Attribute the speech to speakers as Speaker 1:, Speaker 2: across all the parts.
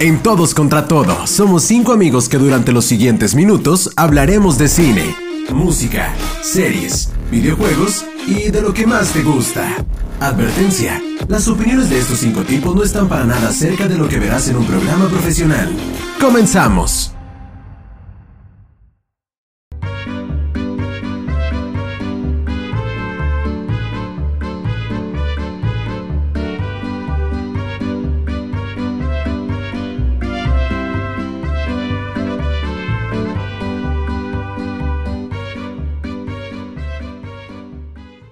Speaker 1: En Todos contra Todo, somos cinco amigos que durante los siguientes minutos hablaremos de cine, música, series, videojuegos y de lo que más te gusta. Advertencia, las opiniones de estos cinco tipos no están para nada cerca de lo que verás en un programa profesional. Comenzamos.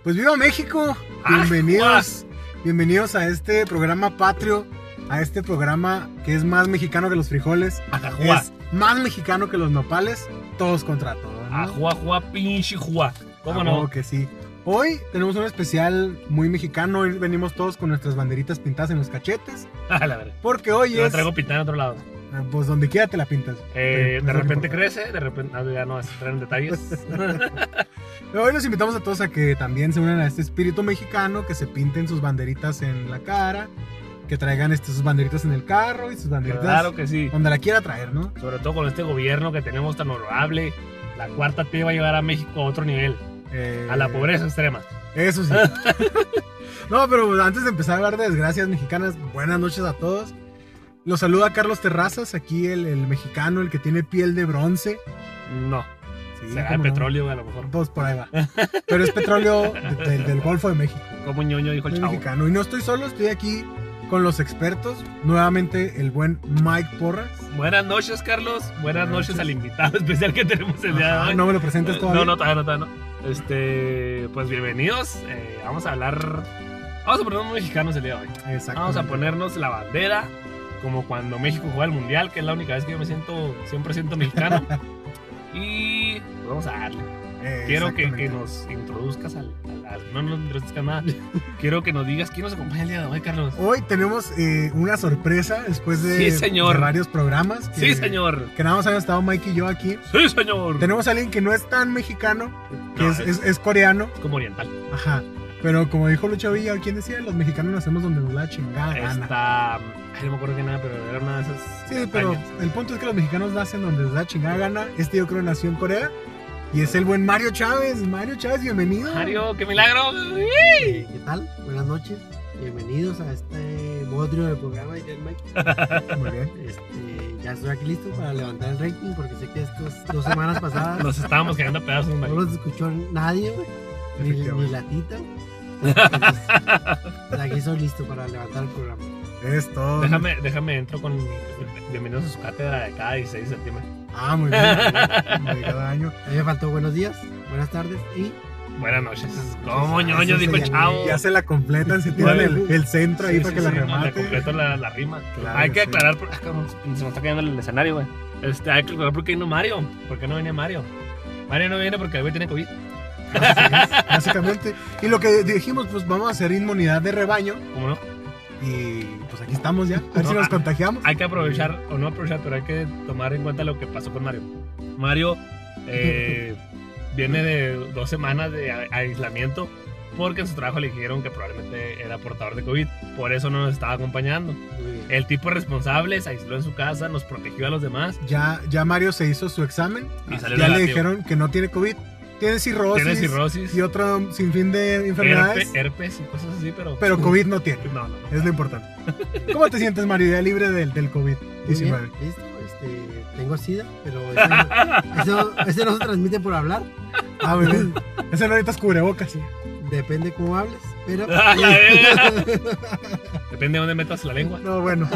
Speaker 2: Pues viva México,
Speaker 3: Ah,
Speaker 2: bienvenidos, bienvenidos a este programa patrio, a este programa que es más mexicano que los frijoles,
Speaker 3: Ajajua.
Speaker 2: es más mexicano que los nopales, todos contra todos. ¿no?
Speaker 3: Ajua, jua, pinche jua. Ah, ¿Cómo
Speaker 2: A
Speaker 3: no?
Speaker 2: huevo que sí. Hoy tenemos un especial muy mexicano, hoy venimos todos con nuestras banderitas pintadas en los cachetes,
Speaker 3: A la verdad.
Speaker 2: porque hoy
Speaker 3: Yo la
Speaker 2: es,
Speaker 3: traigo pintada en otro lado.
Speaker 2: eh, pues donde quiera te la pintas.
Speaker 3: Eh,
Speaker 2: Pero pues,
Speaker 3: de
Speaker 2: es lo
Speaker 3: repente
Speaker 2: importante.
Speaker 3: crece, de repente. ah, ya no, se traen detalles.
Speaker 2: Pero hoy los invitamos a todos a que también se unan a este espíritu mexicano, que se pinten sus banderitas en la cara, que traigan este, sus banderitas en el carro y sus banderitas
Speaker 3: claro que sí.
Speaker 2: donde la quiera traer, ¿no?
Speaker 3: Sobre todo con este gobierno que tenemos tan honorable. La cuarta T va a llevar a México a otro nivel,
Speaker 2: Eh,
Speaker 3: a la pobreza extrema.
Speaker 2: Eso sí. no, pero antes de empezar a hablar de desgracias mexicanas, buenas noches a todos. Los saluda Carlos Terrazas, aquí el, el mexicano, el que tiene piel de bronce.
Speaker 3: No,
Speaker 2: Sí,
Speaker 3: será
Speaker 2: cómo
Speaker 3: el
Speaker 2: no.
Speaker 3: petróleo a lo mejor.
Speaker 2: Pues por ahí va. Pero es petróleo de- del- del Golfo de México.
Speaker 3: Como ñoño dijo el
Speaker 2: Soy
Speaker 3: chavo.
Speaker 2: mexicano. Y no estoy solo, estoy aquí con los expertos. Nuevamente el buen Mike Porras.
Speaker 3: Buenas noches, Carlos. Buenas
Speaker 2: Buenas
Speaker 3: noches
Speaker 2: noches.
Speaker 3: al invitado especial que tenemos el Este día de
Speaker 2: Ajá,
Speaker 3: hoy.
Speaker 2: no me lo presentes todavía.
Speaker 3: Eh, No, no, todavía no, todavía no. Este, pues bienvenidos. eh, vamos a hablar. Vamos a ponernos mexicanos el día de hoy.
Speaker 2: Exactamente.
Speaker 3: Vamos a ponernos la bandera, como cuando México juega el mundial, que es la única vez que yo me siento 100% mexicano. y pues, vamos a darle.
Speaker 2: Eh,
Speaker 3: Quiero que, que
Speaker 2: exactamente.
Speaker 3: nos introduzcas al, al- al- No nos introduzcas nada. Quiero que nos digas quién nos acompaña el día de hoy, Carlos.
Speaker 2: Hoy tenemos eh, una sorpresa después de,
Speaker 3: Sí, señor.
Speaker 2: de varios programas. que-
Speaker 3: Sí, señor.
Speaker 2: Que nada más han estado Mike y yo aquí.
Speaker 3: Sí, señor.
Speaker 2: Tenemos a alguien que no es tan mexicano, que
Speaker 3: No,
Speaker 2: es, es- es coreano.
Speaker 3: es como oriental.
Speaker 2: Ajá. Pero como dijo Lucho Villa, ¿quién decía? Los mexicanos nacemos donde nos da la chingada gana.
Speaker 3: Está. Ay, no me acuerdo que nada, pero era una de esas.
Speaker 2: Sí, pero
Speaker 3: montañas.
Speaker 2: el punto es que los mexicanos nacen donde les da chingada gana. Este yo creo nació en Corea. Y es el buen Mario Chávez. Mario Chávez, bienvenido.
Speaker 3: Mario, qué milagro.
Speaker 4: Eh, ¿Qué tal? Buenas noches. Bienvenidos a este bodrio del programa de Mike.
Speaker 2: Muy bien.
Speaker 4: Este, ya estoy aquí listo para levantar el ranking porque sé que estas dos semanas pasadas
Speaker 3: Nos estábamos quedando a pedazos,
Speaker 4: no
Speaker 3: Mario.
Speaker 4: los escuchó nadie, ni, ni
Speaker 2: Efectivamente.
Speaker 4: la tita. Entonces, pues aquí estoy listo para levantar el programa.
Speaker 2: Es todo.
Speaker 3: Déjame, déjame entro con bienvenidos a su cátedra de cada 16 de septiembre.
Speaker 2: Ah, muy bien. muy bien, cada año.
Speaker 4: A mí me faltó buenos días, buenas tardes y
Speaker 3: Buenas
Speaker 2: Ah,
Speaker 3: noches. ¿Cómo ñoño?
Speaker 4: Eso
Speaker 3: Dijo el
Speaker 4: sería-
Speaker 3: chavo.
Speaker 2: Ya se la completan, se tiran el, el centro ahí
Speaker 3: Sí,
Speaker 2: para
Speaker 3: sí,
Speaker 2: que la
Speaker 3: sí, no, Le
Speaker 2: remate.
Speaker 3: completo la, la rima.
Speaker 2: Claro
Speaker 3: hay
Speaker 2: que
Speaker 3: que
Speaker 2: sí.
Speaker 3: aclarar. Por... ah, cabrón, se me está cayendo el escenario, güey. Este, hay que aclarar por qué no Mario. ¿Por qué no viene Mario? Mario no viene porque el güey tiene COVID.
Speaker 2: Así es, básicamente. Y lo que dijimos, pues vamos a hacer inmunidad de rebaño.
Speaker 3: ¿Cómo no?
Speaker 2: Y pues aquí estamos ya. A ver
Speaker 3: No,
Speaker 2: si nos
Speaker 3: ah,
Speaker 2: contagiamos.
Speaker 3: Hay que aprovechar, o no aprovechar, pero hay que tomar en cuenta lo que pasó con Mario. Mario eh, viene de dos semanas de a- aislamiento porque en su trabajo le dijeron que probablemente era portador de COVID. Por eso no nos estaba acompañando.
Speaker 4: eh,
Speaker 3: El tipo responsable se aisló en su casa, nos protegió a los demás.
Speaker 2: Ya, ya Mario se hizo su examen.
Speaker 3: Y salió
Speaker 2: Ya le
Speaker 3: negativo.
Speaker 2: dijeron que no tiene COVID. Tiene cirrosis.
Speaker 3: Tiene cirrosis,
Speaker 2: Y otro sinfín de enfermedades.
Speaker 3: herpe- herpes y cosas así, pero...
Speaker 2: Pero COVID no tiene.
Speaker 3: No, no, no.
Speaker 2: Es lo importante. ¿Cómo te sientes, Mario? Ya libre del, del
Speaker 4: muy bien,
Speaker 2: COVID-19.
Speaker 4: listo. Este, tengo sida, pero ese no, ese no- ese no se transmite por hablar,
Speaker 2: Ah, muy bien. Ese no ahorita es cubrebocas.
Speaker 4: depende cómo hables, pero...
Speaker 3: A la verga. Depende de dónde metas la lengua.
Speaker 2: No, bueno.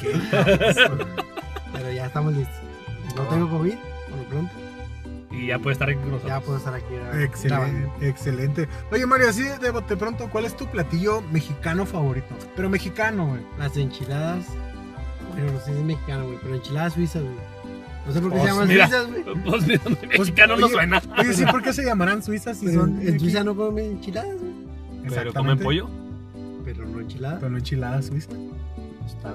Speaker 4: ¿Qué? Pero ya estamos listos. No tengo COVID, por lo pronto.
Speaker 3: Y ya puede estar aquí con nosotros.
Speaker 4: Ya puedo estar aquí. grabando. grabando.
Speaker 2: Excelente, excelente. Oye, Mario, así de bote pronto, ¿cuál es tu platillo mexicano favorito? Pero mexicano, güey.
Speaker 4: Las enchiladas. Bueno, no sé si es mexicano, güey, pero enchiladas suizas, güey. No sé por qué
Speaker 3: Pues,
Speaker 4: se llaman
Speaker 3: mira.
Speaker 4: suizas, güey.
Speaker 3: Pues mira, mexicano no
Speaker 2: oye,
Speaker 3: suena.
Speaker 2: Oye, sí, ¿por qué se llamarán suizas si
Speaker 4: Pero
Speaker 2: son.
Speaker 4: en, en Suiza no comen enchiladas, güey.
Speaker 3: Pero
Speaker 2: Exactamente.
Speaker 3: comen pollo.
Speaker 4: Pero no enchiladas.
Speaker 2: Pero no enchiladas suizas.
Speaker 3: Están.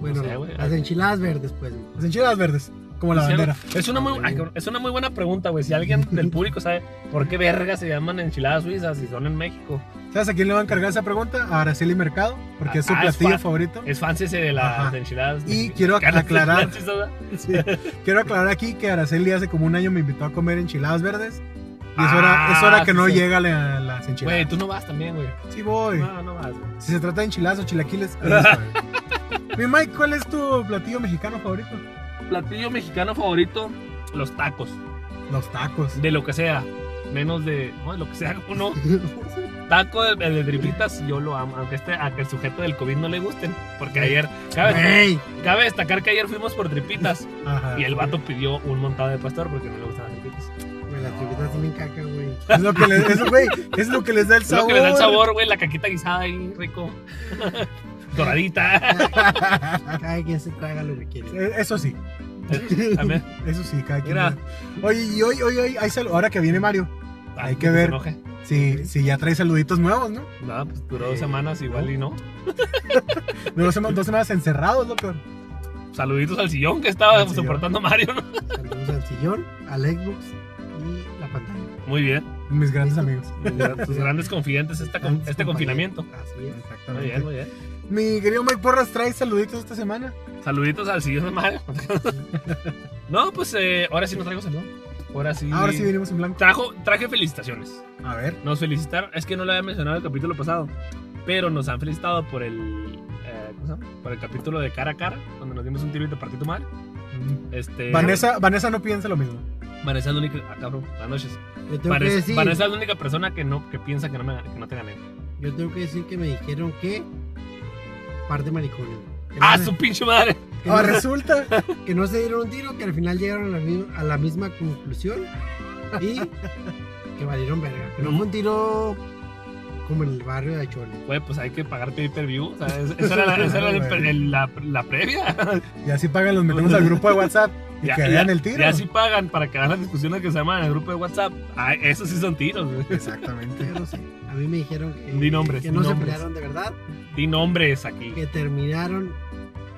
Speaker 4: Bueno,
Speaker 3: no sé, güey.
Speaker 4: las enchiladas verdes, pues, güey.
Speaker 2: Las enchiladas verdes. Como la
Speaker 3: Hicieron-
Speaker 2: bandera.
Speaker 3: Es una, muy, ay, cabrón, es una muy buena pregunta, güey. Si alguien del público sabe por qué verga se llaman enchiladas suizas si son en México.
Speaker 2: ¿Sabes a quién le va a encargar esa pregunta? A Araceli Mercado, porque es su
Speaker 3: Ah, es
Speaker 2: platillo
Speaker 3: fa-
Speaker 2: favorito.
Speaker 3: Es fancy ese de las
Speaker 2: Ajá.
Speaker 3: enchiladas.
Speaker 2: Y quiero
Speaker 3: mexicanas.
Speaker 2: aclarar-
Speaker 3: Sí, ¿verdad?
Speaker 2: Sí. Quiero aclarar aquí que Araceli hace como un año me invitó a comer enchiladas verdes. Y es hora,
Speaker 3: Ah,
Speaker 2: es hora que
Speaker 3: sí,
Speaker 2: no
Speaker 3: sí.
Speaker 2: llega la, las
Speaker 3: Güey,
Speaker 2: enchiladas.
Speaker 3: tú Ah. no vas también, güey.
Speaker 2: Sí voy.
Speaker 3: No, no vas, güey.
Speaker 2: Si se trata de enchiladas o chilaquiles, ahí estoy. Mi Mike, ¿cuál es tu platillo mexicano favorito?
Speaker 3: Platillo mexicano favorito, los tacos.
Speaker 2: Los tacos.
Speaker 3: De lo que sea. Menos de. No, de lo que sea, uno. Taco de, de tripitas, yo lo amo. Aunque este, a que el sujeto del COVID no le gusten. Porque ayer. Cabe,
Speaker 2: ¡Ey!
Speaker 3: cabe destacar que ayer fuimos por tripitas.
Speaker 2: Ajá.
Speaker 3: Y el vato pidió un montado de pastor porque no le gustan las tripitas.
Speaker 4: Güey, las tripitas sí me encaca, güey.
Speaker 2: Es lo que les, eso, güey, es lo que les da el
Speaker 3: Es lo
Speaker 2: sabor.
Speaker 3: que le da el sabor, güey. La caquita guisada ahí, rico. Doradita.
Speaker 4: Cada quien se traga lo que quiere.
Speaker 2: Eh, Eso sí,
Speaker 3: También.
Speaker 2: eso sí, cada quien.
Speaker 3: Mira.
Speaker 2: Oye, y hoy, hoy, hoy, hay sal- ahora que viene Mario, Hay que
Speaker 3: Ah, se
Speaker 2: ver.
Speaker 3: enoje.
Speaker 2: si, si ya trae saluditos nuevos, ¿no?
Speaker 3: No, pues duró dos
Speaker 4: Eh,
Speaker 3: semanas igual y no.
Speaker 2: Dos semanas, dos semanas encerrados, loco.
Speaker 3: Saluditos al sillón que estaba
Speaker 2: Al sillón.
Speaker 3: soportando Mario. ¿no?
Speaker 4: Saludos al sillón, al Xbox y la pantalla.
Speaker 3: Muy bien.
Speaker 2: Mis grandes amigos.
Speaker 3: Tus grandes confidentes esta con- este
Speaker 4: Compañero.
Speaker 3: confinamiento.
Speaker 4: Así es.
Speaker 3: Muy bien, muy bien.
Speaker 2: Mi querido Mike Porras trae saluditos esta semana.
Speaker 3: Saluditos al sillón de Mario. No, pues eh, ahora sí nos traigo saludos. Ahora sí.
Speaker 2: Ahora sí venimos en blanco.
Speaker 3: Trajo, traje felicitaciones.
Speaker 2: A ver.
Speaker 3: Nos felicitaron. Es que no lo había mencionado el capítulo pasado. Pero nos han felicitado por el. eh, ¿Cómo se llama? Por el capítulo de cara a cara. Donde nos dimos un tiro y te partí tu madre. Este,
Speaker 2: Mm. Vanessa, Vanessa no piensa lo mismo.
Speaker 3: Vanessa es la única. Ah, cabrón. Buenas noches.
Speaker 4: Yo tengo, que
Speaker 3: Vanessa-
Speaker 4: decir,
Speaker 3: Vanessa es la única persona que, no, que piensa que no, me, que no te gané.
Speaker 4: yo tengo que decir que me dijeron que par de maricones. Que
Speaker 3: ¡Ah,
Speaker 4: no, se-
Speaker 3: su pinche madre!
Speaker 4: que,
Speaker 2: Ahora
Speaker 4: no,
Speaker 2: resulta.
Speaker 4: que no se dieron un tiro, que al final llegaron a la, mi- a la misma conclusión y que valieron verga. Que no fue un tiro como en el barrio de Chole.
Speaker 3: Güey, pues hay que pagar pay per view. O sea, es- esa era, la, esa era el-
Speaker 2: Güey.
Speaker 3: el- la, la previa.
Speaker 2: Y así pagan, los metemos al grupo de WhatsApp y que vean el tiro.
Speaker 3: Ya sí pagan para que hagan las discusiones que se llaman en el grupo de WhatsApp. Ay, esos sí son tiros, güey.
Speaker 2: Exactamente.
Speaker 4: Yo no sé. A mí me dijeron que,
Speaker 3: Di nombres,
Speaker 4: que
Speaker 3: di
Speaker 4: no se
Speaker 3: nombres.
Speaker 4: pelearon de verdad,
Speaker 3: Di nombres aquí.
Speaker 4: que terminaron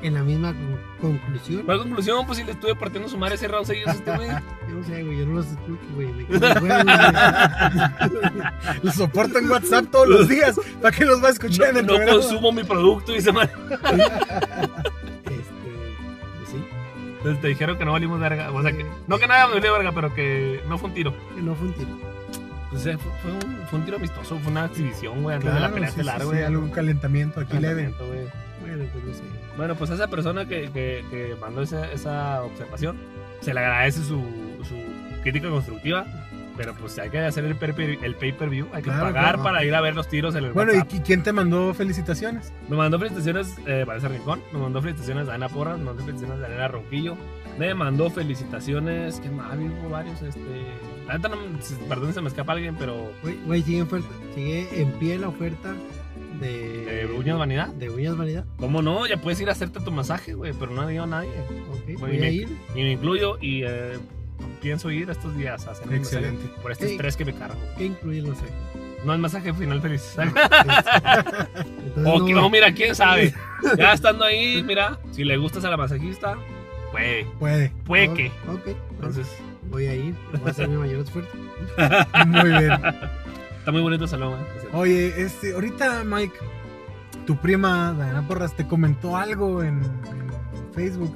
Speaker 4: en la misma con- conclusión.
Speaker 3: ¿Cuál conclusión? Pues si le estuve partiendo su madre ese round seguido a este güey.
Speaker 4: Yo no sé, güey, yo no los escucho, güey. me quedo en juego, güey.
Speaker 2: Los soporto en WhatsApp todos los días. ¿Para qué los va a escuchar en
Speaker 3: No,
Speaker 2: el
Speaker 3: no
Speaker 2: programa?
Speaker 3: consumo mi producto y se me...
Speaker 4: Este, pues sí,
Speaker 3: Entonces te dijeron que no valimos verga. O sea, que, no que nada me valió verga, pero que no fue un tiro.
Speaker 4: que no fue un tiro.
Speaker 3: Pues eh, fue, fue un, fue un tiro amistoso, fue una exhibición, güey, antes de la
Speaker 2: Claro,
Speaker 3: pelea
Speaker 2: sí, sí,
Speaker 3: estelar,
Speaker 2: sí,
Speaker 3: güey.
Speaker 2: algún calentamiento aquí leve.
Speaker 3: Calentamiento, güey.
Speaker 4: Bueno, pues no sé.
Speaker 3: Bueno, pues a esa persona que, que- que mandó esa, esa observación, se le agradece su, su crítica constructiva, pero pues hay que hacer el pay-per-view, el pay-per-view, hay que
Speaker 2: Claro,
Speaker 3: pagar
Speaker 2: claro.
Speaker 3: para ir a ver los tiros en el
Speaker 2: Bueno, ¿y
Speaker 3: WhatsApp.
Speaker 2: qui- quién te mandó felicitaciones?
Speaker 3: Nos mandó felicitaciones eh, Vanessa Rincón, nos mandó felicitaciones a Ana Porras, nos mandó felicitaciones a Elena Ronquillo, me mandó felicitaciones, que más, hubo varios, este... la neta no- se- perdón, se me escapa alguien, pero...
Speaker 4: Güey, Güey, sigue, en oferta- sigue en pie la oferta de.
Speaker 3: Eh, Uñas Vanidad,
Speaker 4: De Uñas Vanidad.
Speaker 3: ¿cómo no? Ya puedes ir a hacerte tu masaje, güey, pero no ha ido nadie.
Speaker 4: Ok,
Speaker 3: Muy
Speaker 4: voy a
Speaker 3: bien.
Speaker 4: ir.
Speaker 3: Y me incluyo y eh, pienso ir estos días a hacer un masaje
Speaker 2: Excelente.
Speaker 3: por este
Speaker 4: Sí.
Speaker 3: estrés que me cargo.
Speaker 4: ¿Qué incluye los ejes?
Speaker 3: No es masaje final feliz.
Speaker 4: Entonces,
Speaker 3: O que-
Speaker 4: no-
Speaker 3: o mira, quién sabe. Ya estando ahí, mira, si le gustas a la masajista, puede,
Speaker 2: Puede.
Speaker 3: puede que.
Speaker 4: Ok, entonces
Speaker 3: Entonces,
Speaker 4: voy a ir. Voy a hacer mi mayor esfuerzo.
Speaker 2: Muy bien.
Speaker 3: está muy bonito el salón. eh.
Speaker 2: Oye, este, ahorita, Mike, tu prima, Diana Porras, te comentó algo en, en Facebook.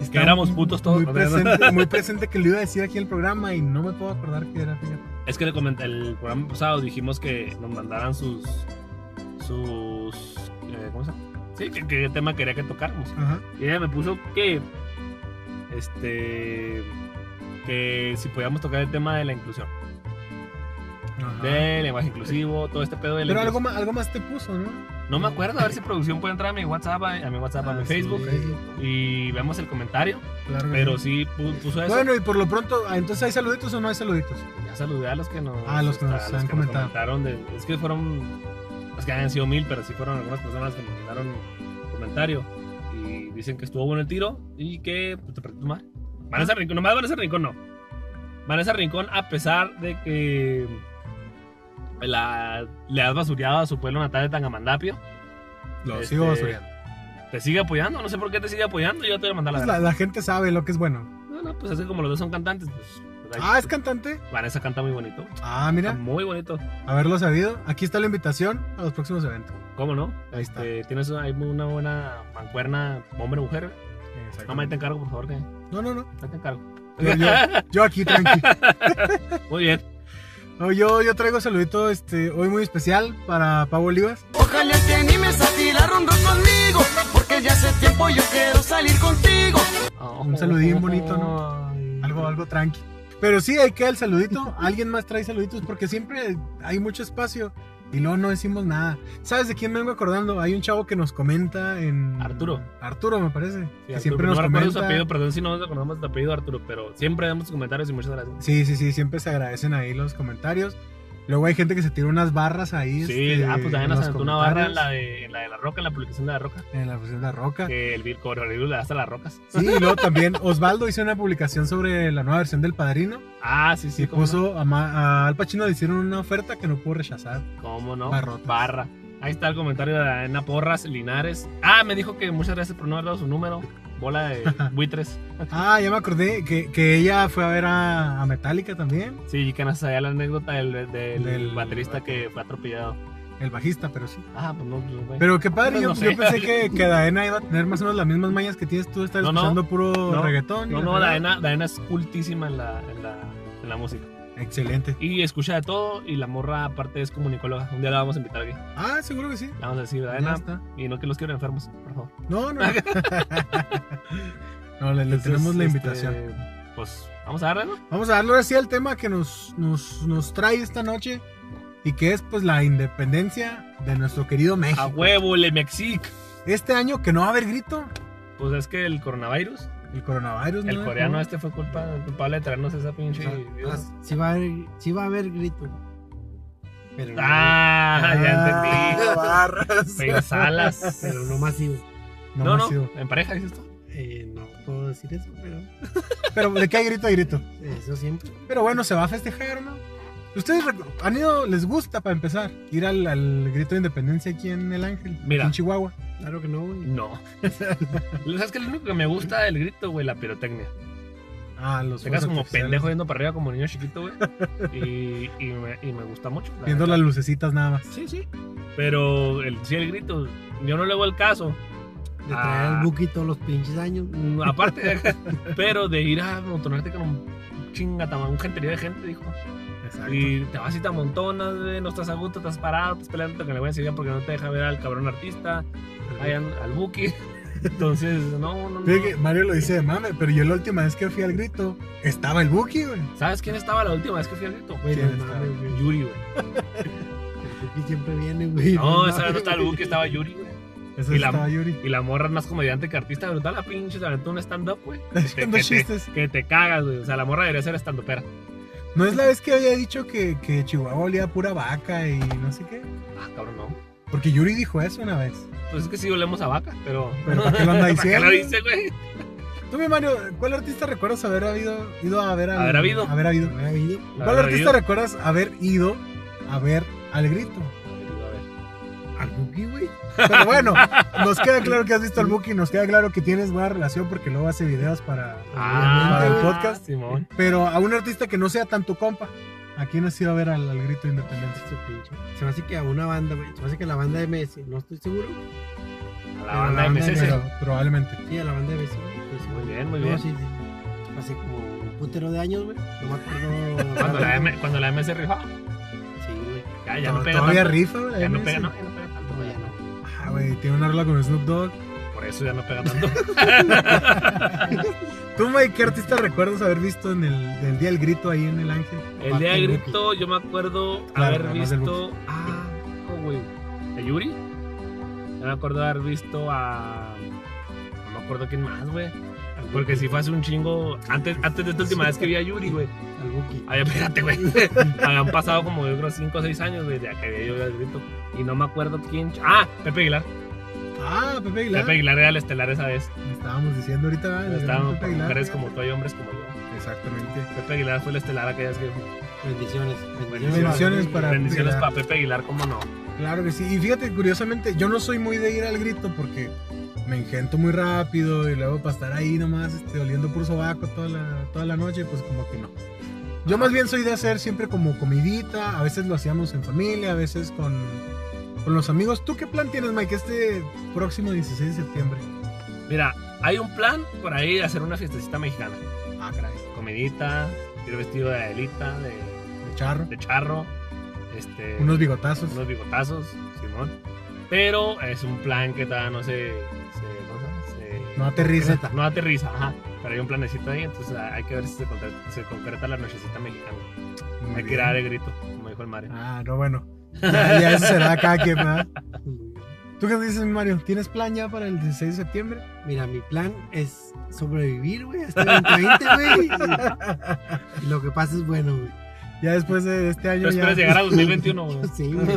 Speaker 2: Está
Speaker 3: Que éramos putos todos.
Speaker 2: Muy presente, muy presente que le iba a decir aquí en el programa y no me puedo acordar qué era, fíjate.
Speaker 3: Es que le comenté, el programa pasado dijimos que nos mandaran sus. sus. eh, ¿Cómo se llama? Sí, que- qué tema quería que tocáramos.
Speaker 2: Ajá.
Speaker 3: Y ella me puso que. Este. Que si podíamos tocar el tema de la inclusión.
Speaker 2: Ajá.
Speaker 3: De lenguaje inclusivo, todo este pedo de la
Speaker 2: Pero algo
Speaker 3: inclusión.
Speaker 2: más, algo más te puso, ¿no?
Speaker 3: No me acuerdo, a ver si producción puede entrar a mi WhatsApp, a a mi WhatsApp, a mi
Speaker 4: Ah, sí,
Speaker 3: Facebook. Y vemos el comentario.
Speaker 2: Claro. que
Speaker 3: Pero
Speaker 2: sí.
Speaker 3: sí pu- puso eso.
Speaker 2: Bueno, y por lo pronto, ah, entonces hay saluditos o no hay saluditos.
Speaker 3: ya saludé a los que nos,
Speaker 2: A los que nos
Speaker 3: a
Speaker 2: han comentado.
Speaker 3: comentaron. de- es que fueron. Es que han sido mil, pero sí fueron algunas personas que me mandaron comentario. Y dicen que estuvo bueno el tiro y que. Pues, te perdí tu madre.
Speaker 2: Ah.
Speaker 3: Vanessa Rincón, nomás Vanessa Rincón no. Vanessa Rincón, a pesar de que. La, le has basureado a su pueblo natal de Tangamandapio.
Speaker 2: Los
Speaker 3: Este,
Speaker 2: sigo basureando.
Speaker 3: te sigue apoyando. No sé por qué te sigue apoyando. Yo te voy a mandar la.
Speaker 2: Pues la, la gente sabe lo que es bueno.
Speaker 3: No, no, pues es que como los dos son cantantes, pues. pues ahí-
Speaker 2: Ah, es cantante.
Speaker 3: Vanessa canta muy bonito.
Speaker 2: Ah,
Speaker 3: Está
Speaker 2: mira,
Speaker 3: muy bonito.
Speaker 2: haberlo sabido. Aquí está la invitación a los próximos eventos.
Speaker 3: ¿Cómo no?
Speaker 2: Ahí está.
Speaker 3: Este, tienes ahí una buena mancuerna hombre-mujer. No, me te encargo, por favor, que
Speaker 2: No, no, no.
Speaker 3: ahí te encargo.
Speaker 2: Yo, yo- yo aquí tranqui.
Speaker 3: Muy bien.
Speaker 2: No, yo, yo traigo saludito este, hoy muy especial para Pau Olivas.
Speaker 5: Ojalá te animes a tirar un rol conmigo, porque ya hace tiempo yo quiero salir contigo.
Speaker 2: Un saludín bonito, ¿no?
Speaker 3: Ay.
Speaker 2: Algo, algo tranqui. Pero sí, hay que el saludito. Alguien más trae saluditos porque siempre hay mucho espacio y luego no decimos nada. ¿Sabes de quién me vengo acordando? Hay un chavo que nos comenta en.
Speaker 3: Arturo.
Speaker 2: Arturo, me parece.
Speaker 3: Sí,
Speaker 2: que
Speaker 3: Arturo, pues
Speaker 2: siempre
Speaker 3: no
Speaker 2: nos
Speaker 3: recuerdo su
Speaker 2: comenta.
Speaker 3: apellido, perdón si no nos acordamos de apellido Arturo, pero siempre damos sus comentarios y muchas gracias.
Speaker 2: Sí, sí, sí. Siempre se agradecen ahí los comentarios. Luego hay gente que se tira unas barras ahí.
Speaker 3: Sí,
Speaker 2: este,
Speaker 3: ah, pues
Speaker 2: en
Speaker 3: también nos
Speaker 2: los
Speaker 3: aventó una barra en
Speaker 2: comentarios,
Speaker 3: la, de, en la de la roca, en la publicación de la roca,
Speaker 2: En la fusión de la roca.
Speaker 3: que el Bill coronavirus le da hasta las rocas.
Speaker 2: Sí, y luego también Osvaldo hizo una publicación sobre la nueva versión del Padrino.
Speaker 3: Ah, sí, sí,
Speaker 2: y
Speaker 3: cómo no.
Speaker 2: puso a, Ma- a Al Pacino le hicieron una oferta que no pudo rechazar.
Speaker 3: ¿Cómo no?
Speaker 2: Barrotas.
Speaker 3: Barra. Ahí está el comentario de Ana Porras, Linares. Ah, me dijo que muchas gracias por no haber dado su número. Bola de buitres.
Speaker 2: Ah, ya me acordé que, que ella fue a ver a, a Metallica también,
Speaker 3: Sí, y que nos sabía la anécdota del, del
Speaker 2: Del-
Speaker 3: baterista que fue atropellado.
Speaker 2: el bajista, pero sí.
Speaker 3: Ah, pues no, pues, güey.
Speaker 2: Pero qué padre,
Speaker 3: Pues
Speaker 2: yo,
Speaker 3: no sé.
Speaker 2: yo pensé que, que Daena iba a tener más o menos las mismas mañas que tienes tú de estar
Speaker 3: No, no.
Speaker 2: escuchando puro
Speaker 3: No,
Speaker 2: reggaetón. y
Speaker 3: No,
Speaker 2: la
Speaker 3: no,
Speaker 2: fregada.
Speaker 3: Daena, Daena es cultísima en la, en la, en la música.
Speaker 2: Excelente.
Speaker 3: Y escucha de todo y la morra aparte es comunicóloga. Un día la vamos a invitar aquí. La
Speaker 2: Ah, seguro que sí.
Speaker 3: vamos a decir,
Speaker 2: Ya
Speaker 3: Daena,
Speaker 2: está.
Speaker 3: y no que los quiero enfermos, por favor.
Speaker 2: No, no. no, le, le tenemos la
Speaker 3: Entonces,
Speaker 2: invitación.
Speaker 3: este, pues vamos a darle, ¿no?
Speaker 2: Vamos a darle ahora sí al tema que nos, nos, nos trae esta noche y que es pues la independencia de nuestro querido México.
Speaker 3: A huevo, le Mexic.
Speaker 2: Este año que no va a haber grito,
Speaker 3: Pues es que el coronavirus,
Speaker 2: el coronavirus.
Speaker 3: el
Speaker 2: ¿no? Ah,
Speaker 3: coreano este fue culpa, culpable de traernos esa pinche.
Speaker 4: O sea, Ah, sí, va a haber, sí va a haber grito. Pero no-
Speaker 3: Ah, ya entendí.
Speaker 2: Ah, barras.
Speaker 3: Pensalas.
Speaker 4: pero no masivo.
Speaker 2: No,
Speaker 3: No,
Speaker 2: me ha
Speaker 3: no,
Speaker 2: sido.
Speaker 3: en pareja dices tú.
Speaker 4: Eh, no puedo decir eso, pero
Speaker 2: Pero de qué hay grito hay grito.
Speaker 4: eso siempre.
Speaker 2: Pero bueno, se va a festejar, ¿no? Ustedes rec- han ido, les gusta para empezar, ir al, al grito de independencia aquí en El Ángel,
Speaker 3: Mira.
Speaker 2: en Chihuahua.
Speaker 4: Claro que no, güey.
Speaker 3: No. ¿Sabes que Lo único que me gusta del grito, güey, la pirotecnia.
Speaker 2: Ah, los
Speaker 3: Te quedas
Speaker 2: fuegos
Speaker 3: como
Speaker 2: artificiales.
Speaker 3: pendejo yendo para arriba como niño chiquito, güey. Y, y, me, y me gusta mucho. la
Speaker 2: Viendo
Speaker 3: neta.
Speaker 2: las lucecitas nada más.
Speaker 3: Sí, sí. Pero el, sí, el grito, yo no le hago el caso.
Speaker 4: De traer
Speaker 3: Ah.
Speaker 4: al Buki todos los pinches años.
Speaker 3: Mm, Aparte, de- pero de ir a amontonarte con un chingatama, un gentería de gente, dijo.
Speaker 2: Exacto.
Speaker 3: Y te vas y te amontonas, güey, no estás a gusto, estás parado, estás peleando con el güey de Sevilla porque no te deja ver al cabrón artista, ahí an- al buki. Entonces, no, no, no.
Speaker 2: Fíjate que Mario lo dice de mame, pero yo la última vez que fui al grito, estaba el Buki, güey.
Speaker 3: ¿Sabes quién estaba la última vez que fui al grito?
Speaker 4: Güey,
Speaker 2: ¿Quién
Speaker 4: no
Speaker 2: está?
Speaker 4: mames, güey.
Speaker 3: Yuri, güey.
Speaker 4: El Buki siempre viene, güey.
Speaker 3: No,
Speaker 4: mames,
Speaker 3: esa vez no estaba el buki, estaba Yuri, güey.
Speaker 2: Eso
Speaker 3: Y la-
Speaker 2: estaba Yuri.
Speaker 3: Y la morra es más comediante que artista, pero toda la pinche se aventó un stand-up, güey. Que,
Speaker 2: Haciendo
Speaker 3: te- que,
Speaker 2: chistes.
Speaker 3: te- que te cagas, güey. O sea, la morra debería ser stand-upera.
Speaker 2: ¿No es la vez que había dicho que, que Chihuahua olía a pura vaca y no sé qué?
Speaker 3: Ah, cabrón, no.
Speaker 2: Porque Yuri dijo eso una vez.
Speaker 3: Pues es que sí olemos a vaca, pero.
Speaker 2: Pero ¿para qué lo anda
Speaker 3: ¿Para qué
Speaker 2: diciendo?
Speaker 3: lo dice, güey?
Speaker 2: Tú, mi Mario, ¿cuál artista recuerdas haber habido, ido a ver al-
Speaker 3: Haber habido.
Speaker 2: Haber habido.
Speaker 4: ¿No ha habido?
Speaker 2: ¿Cuál
Speaker 3: Haber
Speaker 2: artista
Speaker 3: ido.
Speaker 2: recuerdas haber ido a ver al grito?
Speaker 3: A ver.
Speaker 4: Al Buki, güey.
Speaker 2: Pero bueno, nos queda claro que has visto al Buki, nos queda claro que tienes buena relación porque luego hace videos para...
Speaker 3: Ah,
Speaker 2: el podcast.
Speaker 3: Simón.
Speaker 2: Pero a un artista que no sea tanto compa, ¿a quién has ido a ver al, al grito de independencia?
Speaker 4: Este pinche. Se me hace que a una banda, güey. Se me hace que a la banda de Messi. No estoy seguro.
Speaker 3: A la banda
Speaker 4: la banda
Speaker 3: MSS.
Speaker 2: Pero probablemente.
Speaker 4: Sí, a la banda de Messi. güey. Pues,
Speaker 3: Muy bien, muy
Speaker 4: No,
Speaker 3: bien.
Speaker 4: sí, sí. Hace como un putero de años, güey. No me acuerdo.
Speaker 3: Cuando la, M, cuando la MS rifaba.
Speaker 4: Sí, güey.
Speaker 3: Ya, ya
Speaker 2: To-
Speaker 3: no pega
Speaker 2: Todavía
Speaker 3: tanto.
Speaker 2: rifa, güey.
Speaker 3: Ya no
Speaker 2: MS.
Speaker 3: pega, no, ya no pega tanto,
Speaker 4: No,
Speaker 3: güey,
Speaker 4: ya
Speaker 3: ya
Speaker 4: no.
Speaker 2: Ah, güey, tiene una rola con Snoop Dogg.
Speaker 3: no. Por eso ya no pega tanto.
Speaker 2: ¿Tú, Mike, qué artista recuerdas haber visto en el del día del grito ahí en el Ángel?
Speaker 3: El día de grito, yo me acuerdo
Speaker 2: Claro,
Speaker 3: haber
Speaker 2: además del
Speaker 3: visto. Ah, oh, güey. ¿A Yuri? Yo me acuerdo haber visto a. No me acuerdo quién más, güey. Porque si fue hace un chingo. Antes, antes de esta última vez que vi a Yuri, güey.
Speaker 4: Al Buki.
Speaker 3: Ay, espérate, güey. Habían pasado como yo creo 5 o 6 años, güey, de que había yo ido al grito. Y no me acuerdo quién. ch- Ah, Pepe Aguilar.
Speaker 2: Ah, Pepe Aguilar.
Speaker 3: Pepe Aguilar era el estelar esa vez.
Speaker 2: Le Estábamos diciendo ahorita, ¿verdad? El gran
Speaker 3: Estaban
Speaker 2: Ah, Pepe Aguilar.
Speaker 3: mujeres como tú y hombres como yo.
Speaker 2: Exactamente.
Speaker 3: Pepe Aguilar fue el estelar aquella vez que.
Speaker 4: Bendiciones.
Speaker 2: Bendiciones para-
Speaker 3: Bendiciones
Speaker 2: Aguilar.
Speaker 3: para Pepe Aguilar, cómo no.
Speaker 2: Claro que sí. Y fíjate, curiosamente, yo no soy muy de ir al grito porque me ingento muy rápido y luego para estar ahí nomás este, oliendo puro sobaco toda la, toda la noche, pues como que no. Yo más bien soy de hacer siempre como comidita, a veces lo hacíamos en familia, a veces con, con los amigos. ¿Tú qué plan tienes, Mike, este próximo 16 de septiembre?
Speaker 3: Mira, hay un plan por ahí de hacer una fiestecita mexicana.
Speaker 2: Ah, caray,
Speaker 3: Comidita, ir vestido de adelita, de,
Speaker 2: de charro,
Speaker 3: de charro, este,
Speaker 2: unos bigotazos.
Speaker 3: unos bigotazos, Simón. Pero es un plan que todavía no se... se- ¿cómo se llama? Se-
Speaker 2: No aterriza.
Speaker 3: concreta, No aterriza, ajá. Pero hay un planecito ahí, entonces ah, hay que ver si se concreta, se concreta la nochecita mexicana.
Speaker 2: Muy
Speaker 3: Hay que
Speaker 2: bien.
Speaker 3: dar el grito, como dijo el Mario.
Speaker 2: Ah, no, bueno. Ya, ya eso será cada quien más. ¿Tú qué dices, Mario? ¿Tienes plan ya para el 16 de septiembre?
Speaker 4: Mira, mi plan es sobrevivir, güey, hasta el 2020, güey. Y lo que pasa es bueno, güey.
Speaker 2: Ya después de este año
Speaker 3: Pero
Speaker 2: ya...
Speaker 3: esperas llegar a 2021, güey.
Speaker 4: Sí, güey.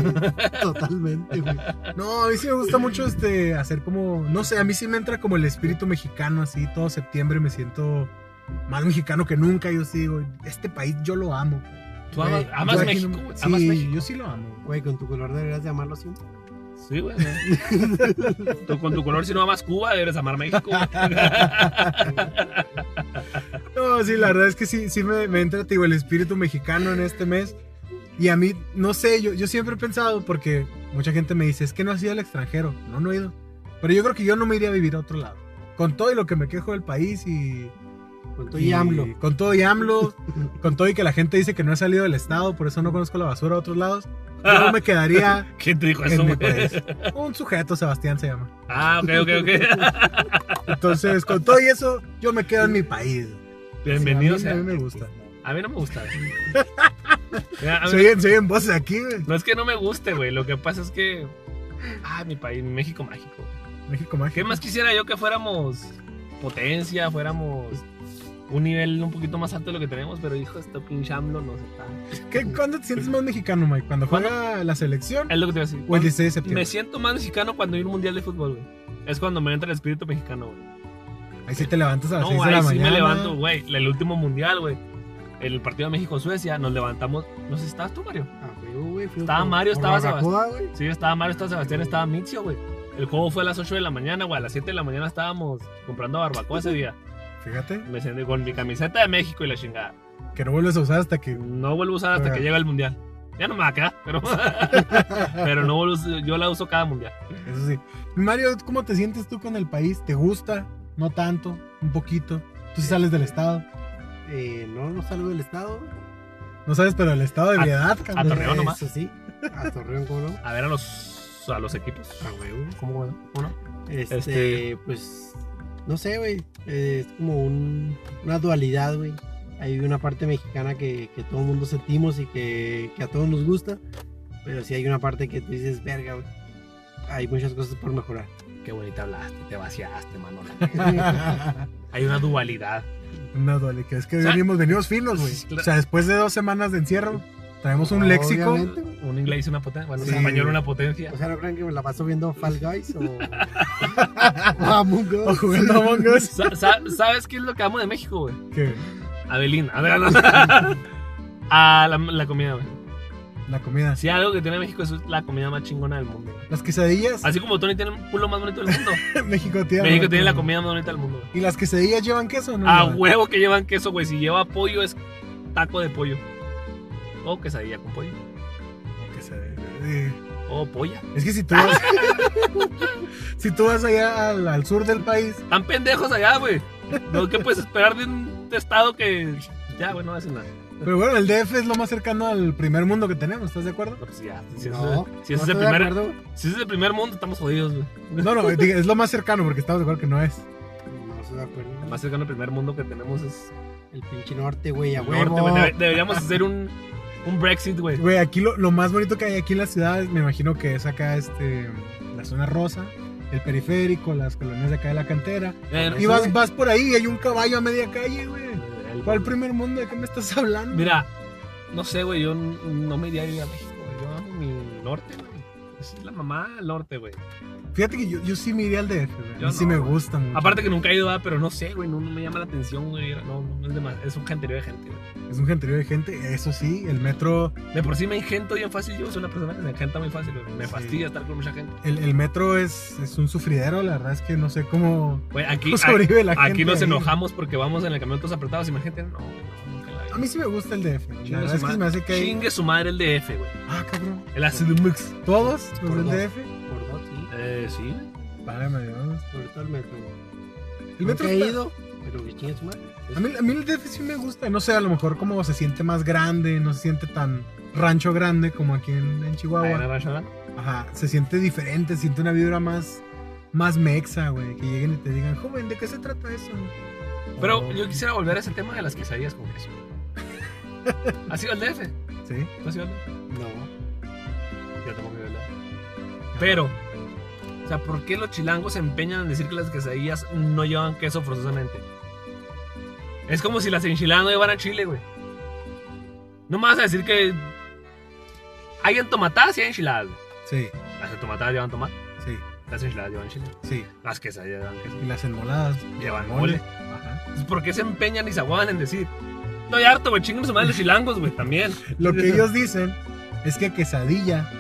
Speaker 4: Totalmente, güey.
Speaker 2: No, a mí sí me gusta mucho este hacer como, no sé, a mí sí me entra como el espíritu mexicano así, todo septiembre me siento más mexicano que nunca, yo sí digo, este país yo lo amo.
Speaker 3: Tú amas,
Speaker 4: Güey,
Speaker 3: amas
Speaker 2: Yo aquí
Speaker 3: México,
Speaker 2: no-
Speaker 3: güey,
Speaker 2: Sí,
Speaker 3: amas México.
Speaker 2: yo sí lo amo.
Speaker 4: Güey, con tu color deberías llamarlo así.
Speaker 3: Sí, güey. ¿no? Tú con tu color, si no amas Cuba, debes amar México. güey.
Speaker 2: No, sí, la verdad es que sí, sí me, me entra, te digo, el espíritu mexicano en este mes. Y a mí, no sé, yo, yo siempre he pensado, porque mucha gente me dice, es que no has ido al extranjero. No, no he ido. Pero yo creo que yo no me iría a vivir a otro lado. Con todo y lo que me quejo del país y...
Speaker 4: Con tu y AMLO.
Speaker 2: Con todo y AMLO. con todo y que la gente dice que no he salido del estado, por eso no conozco la basura a otros lados. Yo me quedaría
Speaker 3: ¿Quién te dijo eso,
Speaker 2: en mi
Speaker 3: güey?
Speaker 2: país. Un sujeto, Sebastián se llama.
Speaker 3: Ah, ok, ok, ok.
Speaker 2: Entonces, con todo y eso, yo me quedo en mi país.
Speaker 3: Bienvenidos.
Speaker 2: Sí, a mí- a mí
Speaker 3: a,
Speaker 2: me gusta.
Speaker 3: a mí no me gusta. güey. Mira, a mí-
Speaker 2: Se oyen, se oyen voces aquí, güey.
Speaker 3: no es que no me guste, güey. Lo que pasa es que. Ah, mi país, México mágico. güey.
Speaker 2: México mágico.
Speaker 3: ¿Qué más quisiera yo que fuéramos potencia, fuéramos un nivel un poquito más alto de lo que tenemos? Pero hijo, este pinche AMLO nos está.
Speaker 2: ¿Qué- ¿Cuándo te sientes más mexicano, Mike? ¿Cuando
Speaker 3: ¿Cuándo?
Speaker 2: juega la selección
Speaker 3: Es lo que te iba a decir.
Speaker 2: o el 16 de
Speaker 3: Me
Speaker 2: septiembre?
Speaker 3: siento más mexicano cuando hay un mundial de fútbol, güey. Es cuando me entra el espíritu mexicano, güey.
Speaker 2: Ahí sí te levantas a las
Speaker 3: No,
Speaker 2: 6 de
Speaker 3: ahí
Speaker 2: la
Speaker 3: sí
Speaker 2: mañana.
Speaker 3: me levanto, güey. El último mundial, güey. El partido de México-Suecia, nos levantamos. No sé, ¿estabas tú, Mario?
Speaker 4: Ah, güey, güey, fui
Speaker 3: Estaba
Speaker 4: por-
Speaker 3: Mario,
Speaker 4: por
Speaker 3: estaba
Speaker 4: barbacoa, güey.
Speaker 3: Sí, estaba Mario, estaba Sebastián, estaba Mitzio, güey. El juego fue a las 8 de la mañana, güey. A las 7 de la mañana estábamos comprando barbacoa ese día.
Speaker 2: Fíjate
Speaker 3: Me senté con mi camiseta de México y la chingada.
Speaker 2: que no vuelves a usar hasta que.
Speaker 3: No vuelvo a usar hasta
Speaker 2: Ah.
Speaker 3: que llega el mundial. Ya no me va a quedar, pero, pero no vuelvo a us- yo la uso cada mundial.
Speaker 2: Eso sí. Mario, ¿cómo te sientes tú con el país? ¿Te gusta? ¿No tanto? ¿Un poquito? ¿Tú sí sales del estado?
Speaker 4: Eh, no, no salgo del estado.
Speaker 2: No sabes, pero el estado de
Speaker 3: A-
Speaker 2: mi edad,
Speaker 3: A
Speaker 2: cabrón.
Speaker 3: Torreón nomás.
Speaker 4: Eso sí. A Torreón, ¿cómo no?
Speaker 3: A ver a los, a los equipos.
Speaker 2: Ah,
Speaker 4: A huevo.
Speaker 3: ¿Cómo, güey? ¿Uno?
Speaker 4: Este,
Speaker 3: Este-
Speaker 4: pues, no sé, güey. eh, Es como un- una dualidad, güey. Hay una parte mexicana que, que todo el mundo sentimos y que, que a todos nos gusta. Pero sí hay una parte que tú dices, verga, güey. Hay muchas cosas por mejorar.
Speaker 3: Qué bonita hablaste, te vaciaste, mano. Hay una dualidad.
Speaker 2: no, duele, que es que
Speaker 3: O sea,
Speaker 2: venimos, venimos finos, güey.
Speaker 3: sí, claro.
Speaker 2: O sea, después de dos semanas de encierro, traemos un léxico.
Speaker 4: Obviamente.
Speaker 3: Un inglés una potencia, bueno,
Speaker 2: Sí.
Speaker 3: un español una potencia.
Speaker 4: O sea, ¿no creen que me la paso viendo Fall Guys o, o Among Us?
Speaker 2: O jugando Among Us.
Speaker 3: Sa- sa- ¿Sabes qué es lo que amo de México, güey?
Speaker 2: que
Speaker 3: Adelina. A ver, no. Ah, la, la comida, güey.
Speaker 2: la comida.
Speaker 3: Si algo que tiene México es la comida más chingona del mundo. güey.
Speaker 2: Las quesadillas.
Speaker 3: Así como Tony tiene el culo más bonito del mundo,
Speaker 2: México tiene.
Speaker 3: México tiene la comida Ah, más bonita del mundo. güey.
Speaker 2: ¿Y las quesadillas llevan queso o no?
Speaker 3: A
Speaker 2: llevan?
Speaker 3: huevo que llevan queso, güey. Si lleva pollo, es taco de pollo. O quesadilla con pollo.
Speaker 2: Quesadilla.
Speaker 3: O polla.
Speaker 2: Es que si tú vas. si tú vas allá al, al sur del país,
Speaker 3: Están pendejos allá, güey. No, ¿Qué puedes esperar de un estado que. Ya, güey, no hacen nada.
Speaker 2: Pero bueno, el DF es lo más cercano al primer mundo que tenemos, ¿estás de acuerdo?
Speaker 3: No, pues ya. Si,
Speaker 4: No,
Speaker 3: eso- si
Speaker 4: no
Speaker 3: ese es el
Speaker 4: estoy de
Speaker 3: primer,
Speaker 4: acuerdo.
Speaker 3: si ese es el primer mundo, estamos jodidos, güey.
Speaker 2: No, no, diga, es lo más cercano porque estamos de acuerdo que no es.
Speaker 4: No estoy de acuerdo.
Speaker 3: El más cercano al primer mundo que tenemos es.
Speaker 4: El pinche norte, güey, a
Speaker 3: el norte,
Speaker 4: huevo.
Speaker 3: güey. Debe- deberíamos hacer un, un Brexit, güey.
Speaker 2: Güey, aquí lo, lo más bonito que hay aquí en la ciudad, me imagino que es acá este, la zona rosa, el periférico, las colonias de acá de la cantera.
Speaker 3: Eh,
Speaker 2: Y vas, vas por ahí y hay un caballo a media calle, güey.
Speaker 3: el-
Speaker 2: ¿Cuál primer mundo? ¿De qué me estás hablando?
Speaker 3: Mira, no sé, güey, yo n- no me iría a vivir a México, güey. Yo amo mi norte, güey. Esa es la mamá del norte, güey.
Speaker 2: Fíjate que yo, yo sí me iría al DF, güey. A
Speaker 3: Yo
Speaker 2: mí sí
Speaker 3: no,
Speaker 2: me
Speaker 3: güey.
Speaker 2: gusta mucho.
Speaker 3: Aparte que nunca he ido, ah, pero no sé, güey, no, no me llama la atención, güey. No, no, es, de más, es un genterío de gente, güey.
Speaker 2: Es un gentío de gente, eso sí. El metro,
Speaker 3: De por sí me engento bien fácil, yo soy una persona que se engenta muy fácil, güey. Me
Speaker 2: Sí.
Speaker 3: fastidia estar con mucha gente.
Speaker 2: el, el metro es, es un sufridero, la verdad es que no sé cómo
Speaker 3: Güey, aquí,
Speaker 2: cómo
Speaker 3: a-
Speaker 2: Pues sobrevive la gente.
Speaker 3: aquí nos
Speaker 2: ahí.
Speaker 3: enojamos porque vamos en el camión todos apretados y mi gente, no, güey, no, nunca en la vida.
Speaker 2: A mí sí me gusta el DF.
Speaker 3: Chingue
Speaker 2: La verdad
Speaker 3: su
Speaker 2: es que se me
Speaker 3: madre.
Speaker 2: hace que hay...
Speaker 3: Chingue su madre el DF, güey.
Speaker 2: Ah, cabrón.
Speaker 3: El ácido mix.
Speaker 2: ¿Todos los
Speaker 4: Por
Speaker 2: del
Speaker 4: dos.
Speaker 2: DF?
Speaker 4: Por dos, sí.
Speaker 3: Eh, sí.
Speaker 2: Válgame Dios.
Speaker 4: Sobre todo el metro. güey.
Speaker 2: El
Speaker 4: Nunca
Speaker 2: metro
Speaker 4: he
Speaker 2: está-
Speaker 4: ido, pero que chingue su madre.
Speaker 2: A mí, a mí el DF sí me gusta. No sé, a lo mejor como se siente más grande, no se siente tan rancho grande como aquí en, en
Speaker 3: Ahí en
Speaker 2: Chihuahua.
Speaker 3: Arrachada.
Speaker 2: Ajá, se siente diferente, se siente una vibra más, más mexa, güey. Que lleguen y te digan, joven, ¿de qué se trata eso?
Speaker 3: Pero yo quisiera volver a ese tema de las quesadillas con queso. ¿Ha sido el DF?
Speaker 2: Sí.
Speaker 3: ¿No has ido al DF?
Speaker 4: No.
Speaker 3: Yo tampoco he ido al DF. Pero, o sea, ¿por qué los chilangos se empeñan en decir que las quesadillas no llevan queso forzosamente? Es como si las enchiladas no llevaran chile, güey. No me vas a decir que hay entomatadas y hay enchiladas, güey.
Speaker 2: Sí,
Speaker 3: Las entomatadas llevan tomate,
Speaker 2: sí,
Speaker 3: las enchiladas llevan chile,
Speaker 2: sí.
Speaker 3: las quesadillas llevan queso.
Speaker 2: Y las enmoladas.
Speaker 3: Llevan mole.
Speaker 2: Ajá.
Speaker 3: Entonces, ¿Por qué se empeñan y se aguadan en decir? Estoy harto, güey, chinguen su madre los chilangos, güey, también.
Speaker 2: Lo que ellos dicen es que quesadilla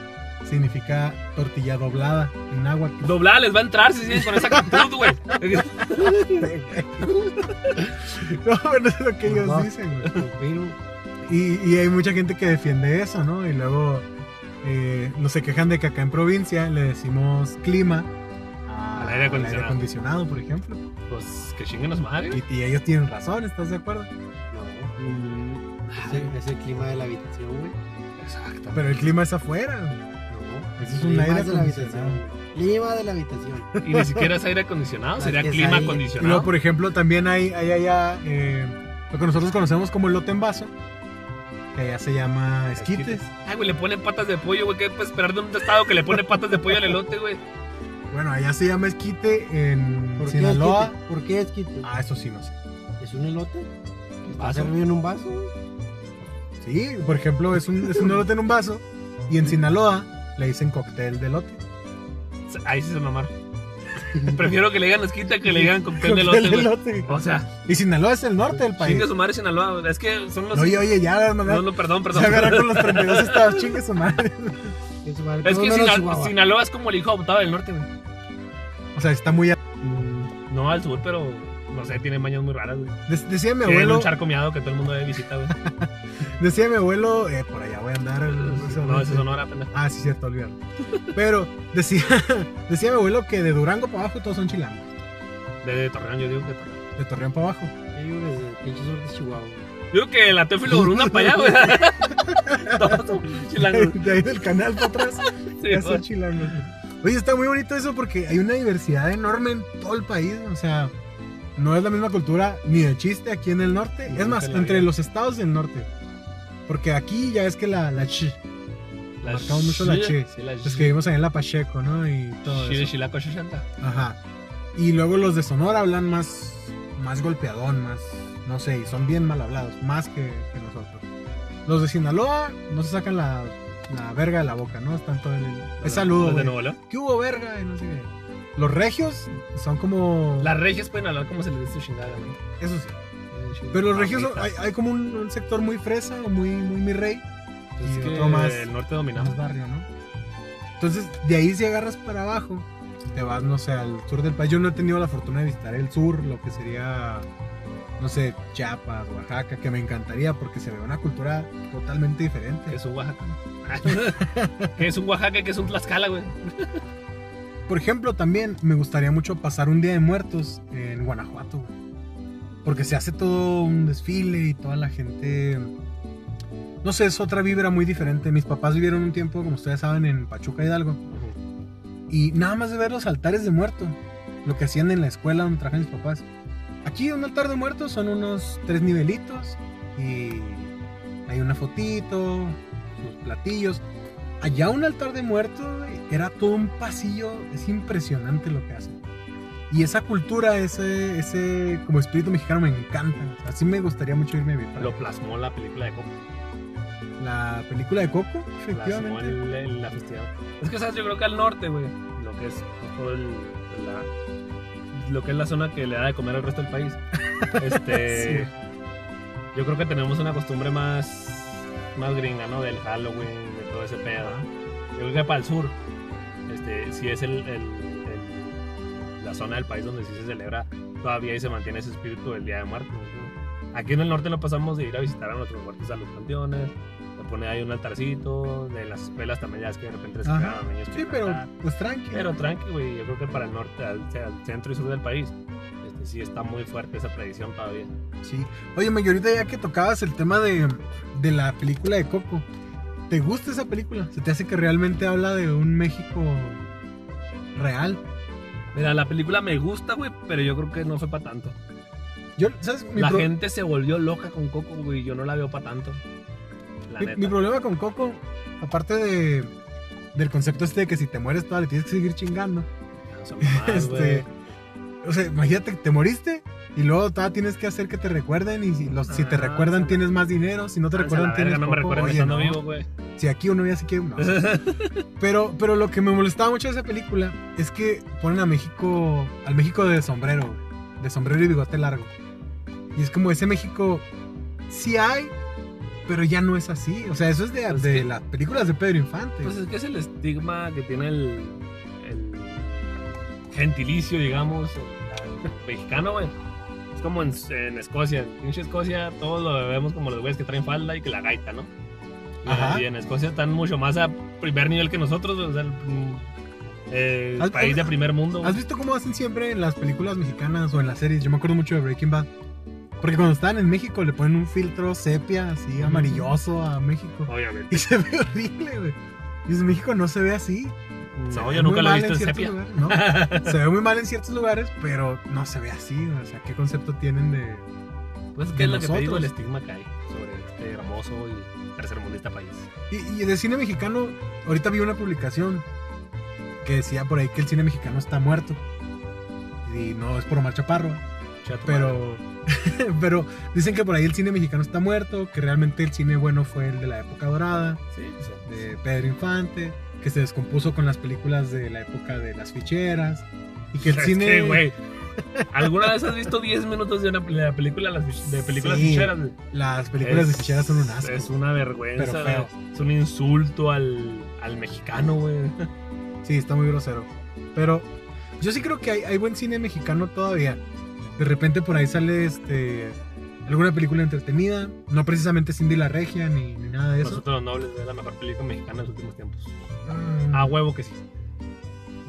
Speaker 2: significa tortilla doblada en agua.
Speaker 3: Doblada les va a entrar si siguen con esa actitud, güey.
Speaker 2: No, bueno, es lo que ellos
Speaker 4: Ajá.
Speaker 2: dicen, güey.
Speaker 4: Confirmo.
Speaker 2: Y, y hay mucha gente que defiende eso, ¿no? Y luego eh, nos se quejan de que acá en provincia le decimos clima
Speaker 3: Al aire acondicionado.
Speaker 2: acondicionado, por ejemplo.
Speaker 3: Pues que chinguen su madre, güey.
Speaker 2: Y, y ellos tienen razón, ¿estás de acuerdo? Mm,
Speaker 4: No. Ese- Es el clima de la habitación, güey.
Speaker 3: Exacto.
Speaker 2: Pero el clima es afuera.
Speaker 4: No.
Speaker 2: Ese es
Speaker 4: El
Speaker 2: un
Speaker 4: clima
Speaker 2: aire
Speaker 4: es de la
Speaker 2: acondicionado.
Speaker 4: habitación. güey. Clima de la habitación.
Speaker 3: Y ni siquiera es aire acondicionado,
Speaker 4: Las
Speaker 3: sería
Speaker 4: que es
Speaker 3: clima
Speaker 4: ahí.
Speaker 2: Y luego,
Speaker 3: acondicionado.
Speaker 2: por ejemplo, también hay, hay allá eh, lo que nosotros conocemos como lote en vaso, que allá se llama esquites.
Speaker 3: Ay, güey, le ponen patas de pollo, güey. ¿Qué puedes esperar de un estado que le pone patas de pollo al elote, güey?
Speaker 2: Bueno, allá se llama esquite en
Speaker 4: ¿Por qué
Speaker 2: Sinaloa.
Speaker 4: es quite? ¿Por qué es quite?
Speaker 2: Ah, eso sí, no sé.
Speaker 4: ¿Es un elote? ¿Está
Speaker 3: vaso.
Speaker 4: servido en un vaso? güey?
Speaker 2: Sí, por ejemplo, es un, es un elote en un vaso y en Sinaloa le dicen cóctel de elote.
Speaker 3: Ahí sí se mamar. Prefiero que le digan esquita que le digan cóctel de
Speaker 2: Cóctel
Speaker 3: elote,
Speaker 2: de
Speaker 3: güey.
Speaker 2: elote.
Speaker 3: O sea,
Speaker 2: Y Sinaloa es el norte del país.
Speaker 3: chingue su madre Sinaloa, güey. Es que son los.
Speaker 2: No, oye, oye, ya, hermano.
Speaker 3: No, no, perdón,
Speaker 2: se
Speaker 3: perdón.
Speaker 2: agarra con los 32 estados, chingue su madre.
Speaker 4: Es su madre,
Speaker 3: Es
Speaker 4: todo
Speaker 3: que
Speaker 4: menos
Speaker 3: Sina-
Speaker 4: Chihuahua.
Speaker 3: Sinaloa es como el hijo adoptado del norte, güey.
Speaker 2: O sea, está muy... a-
Speaker 3: Mm, No al sur, pero no sé, tiene mañas muy raras, güey.
Speaker 2: De- decía mi
Speaker 3: Tiene
Speaker 2: abuelo,
Speaker 3: un charco miado que todo el mundo ve visita, güey.
Speaker 2: decía mi abuelo, eh, por allá voy a andar.
Speaker 3: no, eso es Sonora, pendejo.
Speaker 2: Ah, sí, cierto, olvídalo. Pero decía, decía mi abuelo que de Durango para abajo todos son chilangos.
Speaker 3: De, de Torreón, yo digo que Torreón.
Speaker 2: De Torreón para abajo.
Speaker 4: Yo digo que es el pinche sur de Chihuahua. güey.
Speaker 3: Yo digo que la Teófilo Borunda para allá, güey. Todos son chilangos.
Speaker 2: De ahí del canal para atrás.
Speaker 3: Sí,
Speaker 2: Ya son
Speaker 3: güey.
Speaker 2: chilangos. Oye, está muy bonito eso porque hay una diversidad enorme en todo el país. O sea, no es la misma cultura ni de chiste aquí en el norte.
Speaker 4: Nunca
Speaker 2: es más,
Speaker 4: en la
Speaker 2: entre
Speaker 4: vida.
Speaker 2: los estados del norte. Porque aquí ya es que la, la chi,
Speaker 3: La
Speaker 2: marcamos mucho la
Speaker 3: Shile,
Speaker 2: Che.
Speaker 3: Sí, la
Speaker 2: los que
Speaker 3: Shile.
Speaker 2: vivimos ahí en la Pacheco, ¿no? Y todo
Speaker 3: Shile,
Speaker 2: eso.
Speaker 3: Shilaco, Shishanta.
Speaker 2: Ajá. Y luego los de Sonora hablan más, más golpeadón, más, no sé, y son bien mal hablados, más que, que nosotros. Los de Sinaloa no se sacan la, la verga de la boca, ¿no? Están todo en el... Es saludo,
Speaker 3: Los de
Speaker 2: güey.
Speaker 3: Nuevo León.
Speaker 2: ¿Qué hubo, verga? Y no sé qué. Los regios son como.
Speaker 3: Las regias pueden hablar como se les dice su chingada, güey.
Speaker 2: Eso sí. Pero los regios son- hay, hay como un, un sector muy fresa, muy, muy mi rey.
Speaker 3: Es
Speaker 2: y
Speaker 3: que
Speaker 2: otro más.
Speaker 3: el norte
Speaker 2: Más
Speaker 3: dominamos.
Speaker 2: barrio, ¿no? Entonces, de ahí si agarras para abajo, te vas, no sé, al sur del país. Yo no he tenido la fortuna de visitar el sur, lo que sería, no sé, Chiapas, Oaxaca, que me encantaría porque se ve una cultura totalmente
Speaker 3: Que
Speaker 2: diferente.
Speaker 3: es un Oaxaca. que es un Oaxaca, que es un Tlaxcala, güey.
Speaker 2: Por ejemplo, también me gustaría mucho pasar un día de muertos en Guanajuato, güey. Porque se hace todo un desfile y toda la gente. No sé, es otra vibra muy diferente. Mis papás vivieron un tiempo, como ustedes saben, en Pachuca Hidalgo. Y nada más de ver los altares de muerto, lo que hacían en la escuela donde trabajan mis papás. Aquí un altar de muertos son unos tres nivelitos y hay una fotito, los platillos. Allá un altar de muertos güey, era todo un pasillo, es impresionante lo que hacen. Y esa cultura, ese, ese como espíritu mexicano me encanta. Así me gustaría mucho irme a vivir. para
Speaker 3: Lo
Speaker 2: allá.
Speaker 3: plasmó la película de Coco.
Speaker 2: la película de Coco,
Speaker 3: La, Simón,
Speaker 2: efectivamente.
Speaker 3: el- el- la festividad. Es que, ¿sabes? Yo creo que al norte, güey, lo que es pues, todo el- la- lo que es la zona que le da de comer al resto del país. Este, Yo creo que tenemos una costumbre más, más gringa, ¿no? Del Halloween, de todo ese pedo. Yo creo que para el sur, este, sí es el, el- el- la zona del país donde sí se celebra todavía y se mantiene ese espíritu del Día de Muertos. ¿no? Aquí en el norte lo pasamos de ir a visitar a nuestros muertos a los panteones, le pone ahí un altarcito, de las escuelas también ya es que de repente se
Speaker 2: Ajá.
Speaker 3: quedan niños
Speaker 2: Sí,
Speaker 3: que
Speaker 2: pero
Speaker 3: cantan.
Speaker 2: pues tranqui.
Speaker 3: Pero tranqui, güey, yo creo que para el norte, al, o sea, al centro y sur del país, este, sí está muy fuerte esa tradición todavía.
Speaker 2: Sí. Oye, Mike, ahorita ya que tocabas el tema de, de la película de Coco, ¿te gusta esa película? ¿Se te hace que realmente habla de un México real?
Speaker 3: Mira, la película me gusta, güey, pero yo creo que no fue para tanto.
Speaker 2: Yo, ¿sabes? Mi,
Speaker 3: la
Speaker 2: pro-
Speaker 3: gente se volvió loca con Coco, güey, yo no la veo para tanto. La
Speaker 2: mi-
Speaker 3: neta.
Speaker 2: mi problema con Coco, aparte de, del concepto este de que si te mueres todavía le tienes que seguir chingando.
Speaker 3: No son mamás,
Speaker 2: este,
Speaker 3: güey.
Speaker 2: o sea, imagínate, te moriste y luego todavía tienes que hacer que te recuerden y si, los- si te
Speaker 3: Ah,
Speaker 2: recuerdan
Speaker 3: sí.
Speaker 2: tienes más dinero, si no te
Speaker 3: Váyanse a
Speaker 2: recuerdan
Speaker 3: la verga,
Speaker 2: tienes
Speaker 3: no
Speaker 2: poco.
Speaker 3: me recuerden
Speaker 2: Oye,
Speaker 3: estando
Speaker 2: no.
Speaker 3: vivo, güey.
Speaker 2: Si aquí uno ya se quiere... no. Pero, pero lo que me molestaba mucho de esa película es que ponen a México, al México de sombrero, güey, de sombrero y bigote largo. Y es como ese México, sí hay, pero ya no es así. O sea, eso es de,
Speaker 3: Pues
Speaker 2: de
Speaker 3: que-
Speaker 2: las películas de Pedro Infante.
Speaker 3: Pues es que es el estigma que tiene el, el gentilicio, digamos, el mexicano, güey. Es como en, en Escocia, en pinche Escocia, todos lo vemos como los güeyes que traen falda y que la gaita, ¿no? Y-
Speaker 2: Ajá.
Speaker 3: Y en Escocia están mucho más a primer nivel que nosotros, güey, o sea, el, mm, eh,
Speaker 2: ¿Has-
Speaker 3: país de primer mundo. güey.
Speaker 2: ¿Has visto cómo hacen siempre en las películas mexicanas o en las series? Yo me acuerdo mucho de Breaking Bad. Porque cuando estaban en México le ponen un filtro sepia, así
Speaker 3: Ujú.
Speaker 2: amarilloso a México.
Speaker 3: Obviamente.
Speaker 2: Y se ve horrible, güey. Y en México no se ve así.
Speaker 3: No,
Speaker 2: Se
Speaker 3: yo
Speaker 2: ve muy
Speaker 3: nunca lo he
Speaker 2: mal
Speaker 3: visto en
Speaker 2: ciertos
Speaker 3: sepia.
Speaker 2: lugares, ¿no? se ve muy mal en ciertos lugares, pero no se ve así. O sea, ¿qué concepto tienen de...?
Speaker 3: Pues es
Speaker 2: de
Speaker 3: que es lo que te digo,
Speaker 2: nosotros.
Speaker 3: el estigma que hay sobre este hermoso y tercermundista país.
Speaker 2: Y, y de cine mexicano, ahorita vi una publicación que decía por ahí que el cine mexicano está muerto. Y no es por Omar Chaparro,
Speaker 3: Chato, madre.
Speaker 2: pero... pero dicen que por ahí el cine mexicano está muerto, que realmente el cine bueno fue el de la época dorada,
Speaker 3: Sí, sí.
Speaker 2: de Pedro Infante, que se descompuso con las películas de la época de las ficheras, y que el
Speaker 3: Es
Speaker 2: cine...
Speaker 3: que, güey. ¿Alguna vez has visto 10 minutos de una de la película las fich- de películas
Speaker 2: Sí.
Speaker 3: ficheras? güey?
Speaker 2: Las películas de
Speaker 3: Es-
Speaker 2: ficheras son un asco.
Speaker 3: Es una vergüenza.
Speaker 2: Pero feo.
Speaker 3: güey. Es un insulto al, al mexicano, güey.
Speaker 2: Sí, está muy grosero. Pero yo sí creo que hay, hay buen cine mexicano todavía. De repente por ahí sale este alguna película entretenida. No precisamente Cindy la Regia ni, ni nada de eso.
Speaker 3: Nosotros los nobles es la mejor película mexicana de los últimos tiempos.
Speaker 2: Mm,
Speaker 3: A huevo que sí.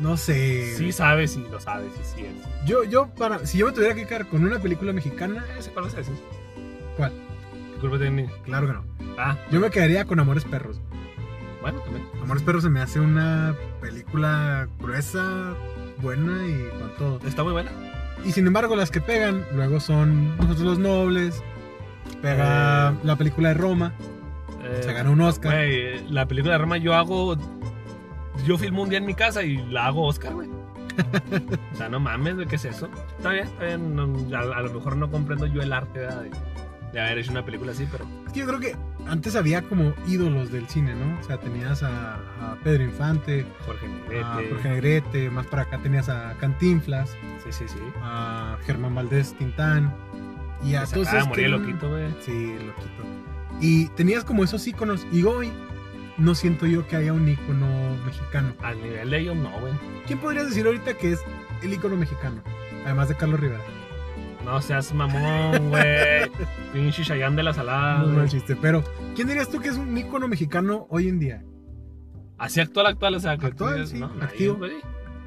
Speaker 2: no sé.
Speaker 3: Ah, Sí sabes y lo sabes y sí es.
Speaker 2: Yo, yo para. Si yo me tuviera que quedar con una película mexicana,
Speaker 3: Eh, ¿sí, ¿Cuál vas a decir?
Speaker 2: ¿Cuál?
Speaker 3: ¿Qué culpa tiene?
Speaker 2: claro que no.
Speaker 3: Ah,
Speaker 2: Yo me quedaría con Amores Perros.
Speaker 3: bueno, también.
Speaker 2: Amores Perros se me hace una película gruesa, buena y con todo.
Speaker 3: Está muy buena.
Speaker 2: Y sin embargo, las que pegan luego son Nosotros los Nobles, pega
Speaker 3: Eh.
Speaker 2: la película de Roma,
Speaker 3: Eh,
Speaker 2: se ganó un Oscar.
Speaker 3: Güey, eh, la película de Roma yo hago. Yo filmo un día en mi casa y la hago Oscar, güey. o sea, no mames, güey, ¿qué es eso? Está bien, está bien. no, a, a lo mejor no comprendo yo el arte ¿verdad? de, de haber hecho una película así, pero.
Speaker 2: Es que yo creo que antes había como ídolos del cine, ¿no? O sea, tenías a, a Pedro Infante,
Speaker 3: Jorge
Speaker 2: a
Speaker 3: Negrete,
Speaker 2: Jorge Negrete, más para acá tenías a Cantinflas,
Speaker 3: Sí, sí, sí.
Speaker 2: a Germán Valdés Tintán, y a
Speaker 3: Se
Speaker 2: todos
Speaker 3: acaba de
Speaker 2: esos
Speaker 3: morir
Speaker 2: que
Speaker 3: el
Speaker 2: eran-
Speaker 3: loquito, güey.
Speaker 2: Sí, loquito. Y tenías como esos íconos, y hoy no siento yo que haya un ícono mexicano.
Speaker 3: Al nivel de ellos, no, güey.
Speaker 2: ¿Quién podrías decir ahorita que es el ícono mexicano? Además de Carlos Rivera.
Speaker 3: No seas mamón, güey. Pinche Chayanne de la Salada.
Speaker 2: Muy
Speaker 3: Ah, güey.
Speaker 2: mal chiste, pero ¿quién dirías tú que es un ícono mexicano hoy en día?
Speaker 3: Así actual, actual, o sea, que
Speaker 2: Actual,
Speaker 3: tú digas,
Speaker 2: sí,
Speaker 3: nadie,
Speaker 2: activo.
Speaker 3: güey.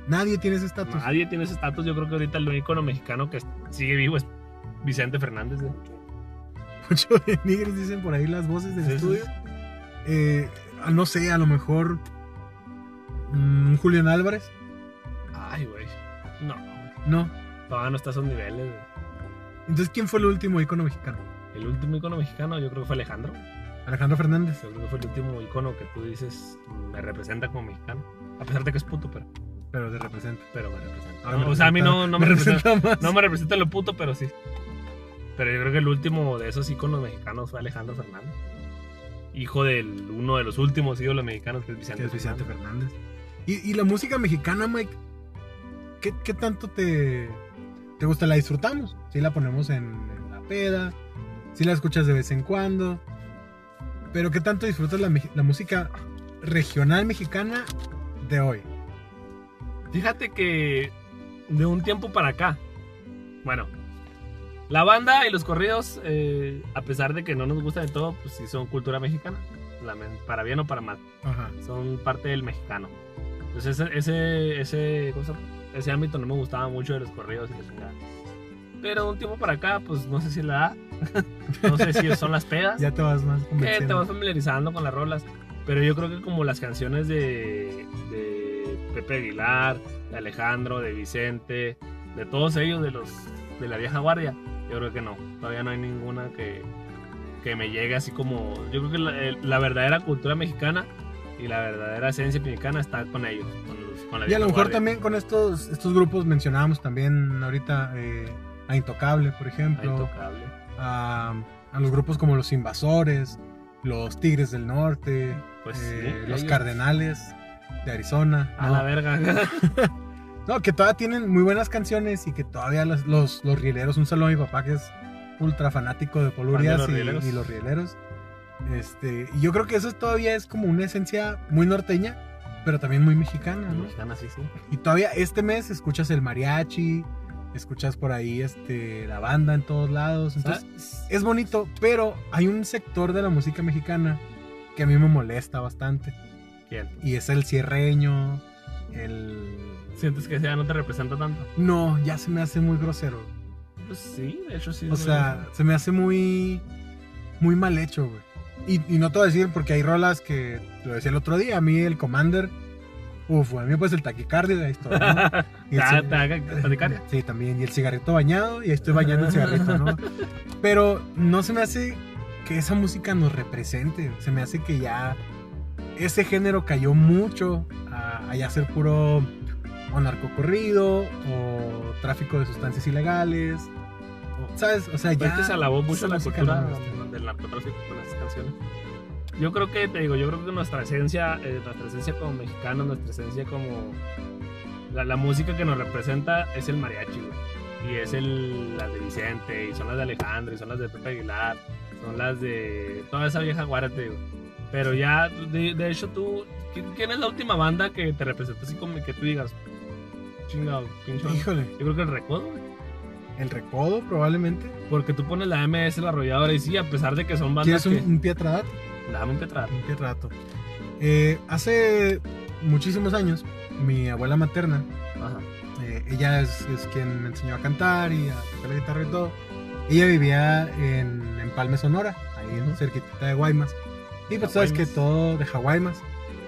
Speaker 2: Nadie tiene ese estatus.
Speaker 3: Nadie tiene ese estatus. Yo creo que ahorita el ícono mexicano que sigue vivo es Vicente Fernández, güey.
Speaker 2: Mucho de nigris dicen por ahí las voces del
Speaker 3: Sí, sí,
Speaker 2: estudio. Eh, ah, no sé, a lo mejor mm, Julián Álvarez.
Speaker 3: Ay, güey. No, güey.
Speaker 2: No.
Speaker 3: Todavía no está a esos niveles. güey.
Speaker 2: Entonces, ¿quién fue el último ícono mexicano?
Speaker 3: El último icono mexicano, yo creo que fue Alejandro.
Speaker 2: Alejandro Fernández.
Speaker 3: Yo creo que fue el último icono que tú dices me representa como mexicano. A pesar de que es puto, pero,
Speaker 2: Pero se representa.
Speaker 3: pero me representa.
Speaker 2: Ahora
Speaker 3: No,
Speaker 2: Ah, me
Speaker 3: o sea, a mí no, no me representa.
Speaker 2: más.
Speaker 3: No me representa lo puto, pero sí. Pero yo creo que el último de esos iconos mexicanos fue Alejandro Fernández. hijo de uno de los últimos ídolos mexicanos, que es Vicente,
Speaker 2: que es Vicente
Speaker 3: Fernández.
Speaker 2: Fernández. Y, y la música mexicana, Mike, ¿qué, qué tanto te, te gusta? ¿La disfrutamos? Si la ponemos en, en la peda, si la escuchas de vez en cuando. Pero ¿qué tanto disfrutas la, mex- la música regional mexicana de hoy?
Speaker 3: Fíjate que de un tiempo para acá, bueno, la banda y los corridos, eh, a pesar de que no nos gusta de todo, pues sí son cultura mexicana, lamen- para bien o para mal,
Speaker 2: Ajá.
Speaker 3: son parte del mexicano. Entonces ese, ese, ese, ¿cómo se llama? ese ámbito no me gustaba mucho de los corridos y la chingada. Pero de un tiempo para acá, pues no sé si la da, no sé si son las pedas
Speaker 2: Ya te vas más
Speaker 3: que Eh, te
Speaker 2: convenciendo.
Speaker 3: vas familiarizando con las rolas. Pero yo creo que como las canciones de, de Pepe Aguilar, de Alejandro, de Vicente, de todos ellos, de los de la vieja guardia, yo creo que no. Todavía no hay ninguna que, que me llegue así como... Yo creo que la, eh, la verdadera cultura mexicana y la verdadera esencia mexicana está con ellos, con, los- con
Speaker 2: Y
Speaker 3: la
Speaker 2: a
Speaker 3: vieja
Speaker 2: lo mejor
Speaker 3: guardia.
Speaker 2: también con estos, estos grupos mencionábamos también ahorita eh, a Intocable, por
Speaker 3: Ah,
Speaker 2: ejemplo.
Speaker 3: Intocable.
Speaker 2: a, a los grupos como los Invasores, los Tigres del Norte,
Speaker 3: Pues
Speaker 2: eh,
Speaker 3: sí,
Speaker 2: los
Speaker 3: ellos.
Speaker 2: Cardenales de Arizona.
Speaker 3: A
Speaker 2: ¿no?
Speaker 3: la verga.
Speaker 2: No, que todavía tienen muy buenas canciones y que todavía las- los, los rieleros, un saludo a mi papá que es ultra fanático de Paul
Speaker 3: Fan de
Speaker 2: Urias
Speaker 3: los
Speaker 2: y,
Speaker 3: rieleros.
Speaker 2: y los rieleros. Este, y yo creo que eso es- todavía es como una esencia muy norteña, pero también muy mexicana, ¿no?
Speaker 3: Mexicana, sí, sí.
Speaker 2: Y todavía este mes escuchas el mariachi, escuchas por ahí este, la banda en todos lados. Entonces, es bonito, pero hay un sector de la música mexicana que a mí me molesta bastante.
Speaker 3: ¿Quién?
Speaker 2: Y es el cierreño, el...
Speaker 3: ¿Sientes que sea no te representa tanto?
Speaker 2: No, ya se me hace muy grosero.
Speaker 3: Pues sí, de hecho sí.
Speaker 2: O
Speaker 3: es muy
Speaker 2: sea, se me hace muy... Muy mal hecho, güey. Y, y no te voy a decir porque hay rolas que... Lo decía el otro día, a mí el Commander... Uf, güey, a mí pues el taquicardio, ahí estoy, ¿no? Y el
Speaker 3: Ah,
Speaker 2: ci-
Speaker 3: te haga taquicardia.
Speaker 2: Sí, también. Y el cigarrito bañado, y ahí estoy bañando el cigarrito, ¿no? Pero no se me hace que esa música nos represente. Se me hace que ya ese género cayó mucho a, a ya ser puro o narcocorrido o tráfico de sustancias ilegales. o- ¿Sabes? O sea,
Speaker 3: Pero este
Speaker 2: ya.
Speaker 3: es que se alabó mucho
Speaker 2: esa
Speaker 3: la
Speaker 2: música
Speaker 3: cultura
Speaker 2: no me gusta.
Speaker 3: del narcotráfico con las canciones. Yo creo que, te digo, yo creo que nuestra esencia, eh, nuestra esencia como mexicanos, nuestra esencia como... La, la música que nos representa es el mariachi, güey. Y es el, las de Vicente, y son las de Alejandro, y son las de Pepe Aguilar, son las de toda esa vieja guardia, te digo. Pero ya, de, de hecho, tú, ¿quién, quién es la última banda que te representó así como que tú digas? Chingado, pinche. banda"?
Speaker 2: Híjole,
Speaker 3: Yo creo que el recodo, güey.
Speaker 2: el recodo probablemente.
Speaker 3: Porque tú pones la MS, la arrolladora, y sí, a pesar de que son bandas
Speaker 2: ¿Quieres un,
Speaker 3: que...
Speaker 2: un pietradato?
Speaker 3: Dame un petrado.
Speaker 2: ¿En qué rato? Eh, hace muchísimos años, mi abuela materna
Speaker 3: Ajá.
Speaker 2: Eh, ella es, es quien me enseñó a cantar y a tocar la guitarra y todo. Ella vivía en, en Palme, Sonora, ahí en cerquitita de Guaymas. Y pues sabes que
Speaker 3: Guaymas.
Speaker 2: todo, de Guaymas,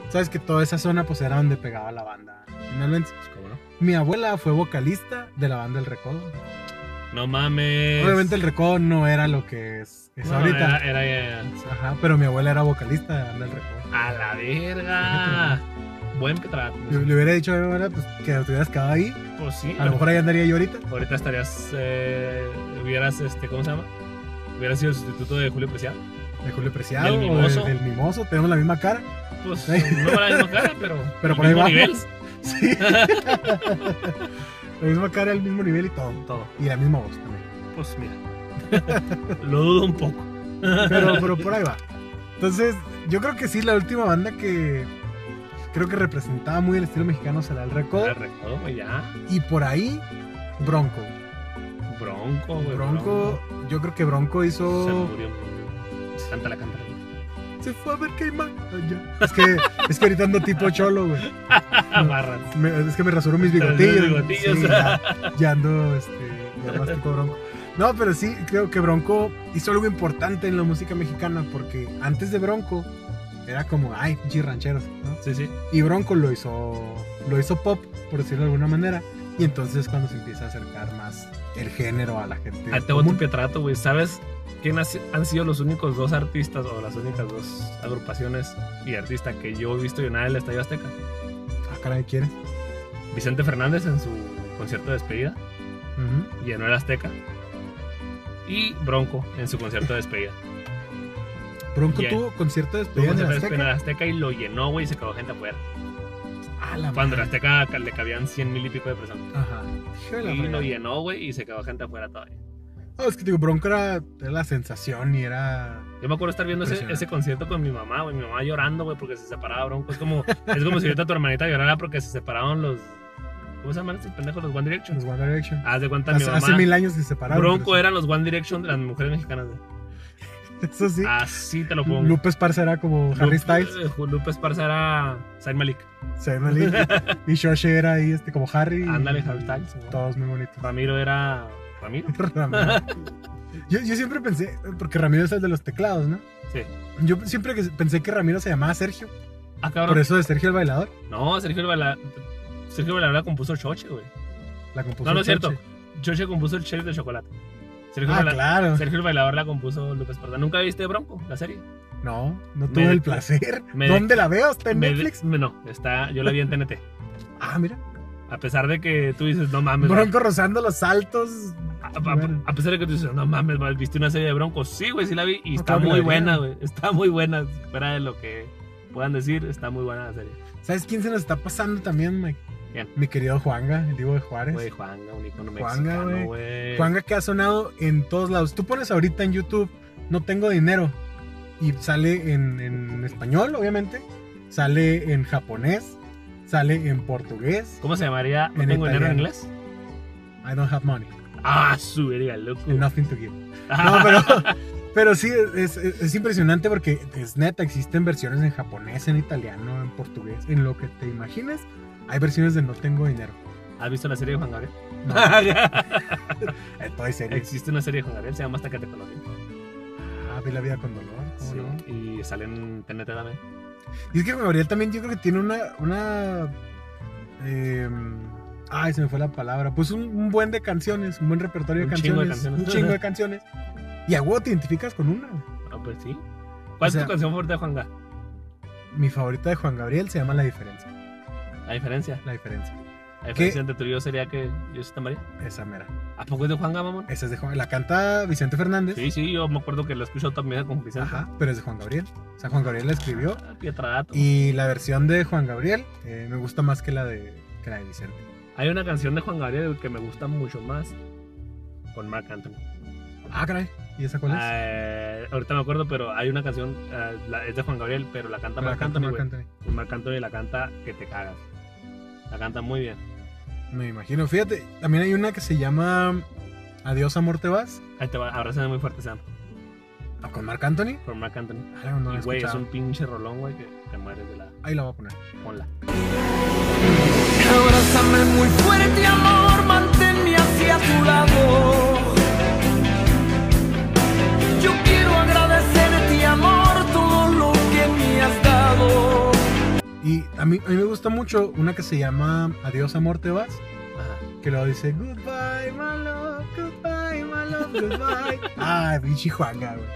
Speaker 2: sabes que toda esa zona pues era donde pegaba la banda. finalmente.
Speaker 3: Pues, ¿Cómo no?
Speaker 2: Mi abuela fue vocalista de la banda El Recodo.
Speaker 3: No mames.
Speaker 2: Obviamente El Recodo no era lo que es, es
Speaker 3: No,
Speaker 2: ahorita.
Speaker 3: Era, era- eh,
Speaker 2: Ajá, pero mi abuela era vocalista de la banda El Recodo.
Speaker 3: A la verga. Buen petrado.
Speaker 2: Le, le hubiera dicho a mi abuela pues, que te hubieras quedado ahí.
Speaker 3: Pues sí.
Speaker 2: A lo mejor ahí andaría yo ahorita.
Speaker 3: Ahorita estarías... eh, hubieras, este, ¿cómo se llama? Hubieras sido el sustituto de Julio Preciado.
Speaker 2: De Julio Preciado
Speaker 3: Del
Speaker 2: o de-
Speaker 3: Mimoso.
Speaker 2: del Mimoso. Tenemos la misma cara.
Speaker 3: Pues
Speaker 2: Ay.
Speaker 3: no era la misma cara, pero...
Speaker 2: Pero
Speaker 3: el
Speaker 2: por ahí
Speaker 3: mismo
Speaker 2: va.
Speaker 3: nivel.
Speaker 2: Sí. la misma cara, el mismo nivel y todo.
Speaker 3: Todo.
Speaker 2: Y la misma voz también.
Speaker 3: Pues mira. Lo dudo un poco.
Speaker 2: Pero, pero por ahí va. Entonces, yo creo que sí, la última banda que creo que representaba muy el estilo mexicano será el Recodo.
Speaker 3: Era recodo, güey, ya.
Speaker 2: Y por ahí, Bronco.
Speaker 3: Bronco, Oh, güey.
Speaker 2: Bronco, yo creo que Bronco
Speaker 3: Se
Speaker 2: hizo.
Speaker 3: murió. Cántala, cántala.
Speaker 2: Se fue a ver Caimán. Ay, ya. Es que, es que ahorita ando tipo cholo, güey.
Speaker 3: Amarras.
Speaker 2: Me- es que me rasuro mis bigotillos.
Speaker 3: bigotillos.
Speaker 2: Sí, ya, ya ando este, ya más tipo bronco. No, pero sí, creo que Bronco hizo algo importante en la música mexicana porque antes de Bronco era como, ay, pinches rancheros. ¿no?
Speaker 3: Sí, sí.
Speaker 2: Y Bronco lo hizo, lo hizo pop, por decirlo de alguna manera. Y entonces es cuando se empieza a acercar más el género a la gente.
Speaker 3: Ah, te voy a tu
Speaker 2: común.
Speaker 3: pietrato, güey. ¿Sabes quién ha si- han sido los únicos dos artistas o las únicas dos agrupaciones y artistas que yo he visto llenar el Estadio Azteca?
Speaker 2: Ah, caray, ¿quieres?
Speaker 3: Vicente Fernández en su concierto de despedida
Speaker 2: Ujú.
Speaker 3: llenó el Azteca. Y Bronco en su concierto de despedida.
Speaker 2: Bronco
Speaker 3: Yeah.
Speaker 2: tuvo concierto de
Speaker 3: Tuvo
Speaker 2: despedida
Speaker 3: un
Speaker 2: en el
Speaker 3: evento en el
Speaker 2: Azteca.
Speaker 3: Azteca y lo llenó, güey, y se quedó gente afuera.
Speaker 2: Ah, la
Speaker 3: Cuando en el
Speaker 2: madre.
Speaker 3: Azteca ca- le cabían 100 mil y pico de personas.
Speaker 2: Ajá. Hijo de la
Speaker 3: Y lo
Speaker 2: fregada.
Speaker 3: llenó, güey, y se quedó gente afuera todavía.
Speaker 2: Ah, es que digo, Bronco era, era la sensación y era.
Speaker 3: Yo me acuerdo estar viendo ese,
Speaker 2: Impresionante.
Speaker 3: ese concierto con mi mamá, güey, mi mamá llorando, güey, porque se separaba Bronco. Es como, es como si ahorita tu hermanita llorara porque se separaron los. ¿Cómo se llaman estos pendejos? Los One Direction.
Speaker 2: Los One Direction.
Speaker 3: Haz de cuenta, mi
Speaker 2: Hace,
Speaker 3: mamá.
Speaker 2: hace mil años que se separaron.
Speaker 3: Bronco
Speaker 2: pero
Speaker 3: eran los One Direction de las mujeres mexicanas. güey.
Speaker 2: sí, Eso sí.
Speaker 3: Así te lo pongo.
Speaker 2: Lupe Esparza era como Harry
Speaker 3: Ah, Lupe-
Speaker 2: Styles.
Speaker 3: eh, Lupe Esparza era Zayn Malik.
Speaker 2: Se ve malito. Y Shoshi era ahí este, como Harry. y-
Speaker 3: Ándale, Harry Styles, güey.
Speaker 2: Todos muy bonitos.
Speaker 3: Ramiro era. ¿Ramiro?
Speaker 2: Ramiro. Yo, yo siempre pensé, porque Ramiro es el de los teclados, ¿no?
Speaker 3: Sí.
Speaker 2: Yo siempre que- pensé que Ramiro se llamaba Sergio.
Speaker 3: Ah, cabrón.
Speaker 2: Por eso de Sergio el Bailador.
Speaker 3: No, Sergio Bala... Sergio Bailadora compuso Choche, güey.
Speaker 2: La compuso
Speaker 3: No, no es
Speaker 2: Choche.
Speaker 3: cierto. Choche compuso el sheriff de chocolate. Sergio,
Speaker 2: Ah,
Speaker 3: Bala-
Speaker 2: claro.
Speaker 3: Sergio el Bailador la compuso Lupe Esparza. ¿Nunca viste Bronco, la serie?
Speaker 2: No, no
Speaker 3: Me
Speaker 2: tuve el
Speaker 3: dejó-
Speaker 2: placer.
Speaker 3: me
Speaker 2: ¿Dónde la veo? ¿Está en
Speaker 3: Me-
Speaker 2: Netflix?
Speaker 3: me- no, está, yo la vi en TNT.
Speaker 2: Ah, mira.
Speaker 3: A pesar de que tú dices, no mames. güey.
Speaker 2: Bronco rozando los saltos.
Speaker 3: A, a- a pesar de que tú dices, no mames, güey, viste una serie de Bronco. Sí, güey, sí la vi. Y
Speaker 2: No,
Speaker 3: está
Speaker 2: claro que
Speaker 3: muy
Speaker 2: la vi.
Speaker 3: buena, güey. Está muy buena. Fuera de lo que puedan decir, está muy buena la serie.
Speaker 2: ¿Sabes quién se nos está pasando también, Mike?
Speaker 3: ¿Quién?
Speaker 2: Mi querido Juanga, el Divo de Juárez.
Speaker 3: Güey, Juanga, un icono
Speaker 2: Juanga,
Speaker 3: mexicano,
Speaker 2: güey.
Speaker 3: güey.
Speaker 2: Juanga que ha sonado en todos lados. Tú pones ahorita en YouTube, no tengo dinero. Y sale en, en español, obviamente. Sale en japonés. Sale en portugués.
Speaker 3: ¿Cómo se llamaría? ¿No
Speaker 2: En
Speaker 3: tengo dinero en
Speaker 2: italiano.
Speaker 3: inglés?
Speaker 2: I don't have money.
Speaker 3: Ah, su verga, loco.
Speaker 2: and Nothing to give. No, pero, pero sí, es, es- es impresionante porque es neta, existen versiones en japonés, en italiano, en portugués, en lo que te imagines. Hay versiones de no tengo dinero.
Speaker 3: ¿Has visto la serie de Juan Gabriel?
Speaker 2: No, en todas series.
Speaker 3: Existe una serie de Juan Gabriel, se llama Hasta que te conocí.
Speaker 2: Ah, vi la vida con dolor. ¿cómo
Speaker 3: Sí,
Speaker 2: no?
Speaker 3: Y sale en TNT también.
Speaker 2: Y es que Juan Gabriel también yo creo que tiene una. una eh, ay, se me fue la palabra. Pues un, un buen de canciones, un buen repertorio
Speaker 3: Un
Speaker 2: de,
Speaker 3: chingo
Speaker 2: canciones,
Speaker 3: de canciones.
Speaker 2: Un chingo de canciones. Y a huevo te identificas con una.
Speaker 3: Ah, pues sí. ¿Cuál
Speaker 2: O sea-
Speaker 3: es tu canción favorita de Juan Gabriel?
Speaker 2: Mi favorita de Juan Gabriel se llama La Diferencia.
Speaker 3: La diferencia.
Speaker 2: La Diferencia.
Speaker 3: La diferencia entre tú y yo sería que yo soy tan María.
Speaker 2: Esa mera.
Speaker 3: ¿A poco es de Juan Gabriel, mamón?
Speaker 2: Esa es de Juan, la canta Vicente Fernández.
Speaker 3: Sí, sí, yo me acuerdo que la escuchó también con Vicente.
Speaker 2: Ajá, pero es de Juan Gabriel. O sea, Juan Gabriel la escribió.
Speaker 3: Ah, Pietradato.
Speaker 2: Y la versión de Juan Gabriel eh, me gusta más que la de, que la de Vicente.
Speaker 3: Hay una canción de Juan Gabriel que me gusta mucho más con Marc Anthony.
Speaker 2: Ah, caray. ¿Y esa cuál es?
Speaker 3: Eh, ahorita me acuerdo, pero hay una canción, eh, la- es de Juan Gabriel, pero la canta
Speaker 2: La
Speaker 3: Marc
Speaker 2: canta
Speaker 3: Anthony,
Speaker 2: Marc
Speaker 3: güey.
Speaker 2: Anthony.
Speaker 3: Y Marc Anthony la canta que te cagas. La canta muy bien.
Speaker 2: Me imagino. Fíjate, también hay una que se llama Adiós, amor, te vas.
Speaker 3: Ahí te va, abrazando muy fuerte, Sam,
Speaker 2: Ah, Con Marc Anthony.
Speaker 3: por Marc Anthony.
Speaker 2: Ah, no, no la
Speaker 3: y
Speaker 2: he
Speaker 3: güey, es
Speaker 2: escuchado.
Speaker 3: un pinche rolón, güey, que te mueres de la.
Speaker 2: Ahí la voy a poner.
Speaker 3: Ponla.
Speaker 5: Abrázame muy fuerte, amor, manténme hacia tu lado. Yo quiero agradecerte, amor, todo lo que me has dado.
Speaker 2: Y a mí, a mí me gusta mucho una que se llama Adiós, amor, te vas.
Speaker 3: Ajá.
Speaker 2: Que lo dice Goodbye, my love, goodbye, my love, goodbye. ah, pinche Juanga, güey.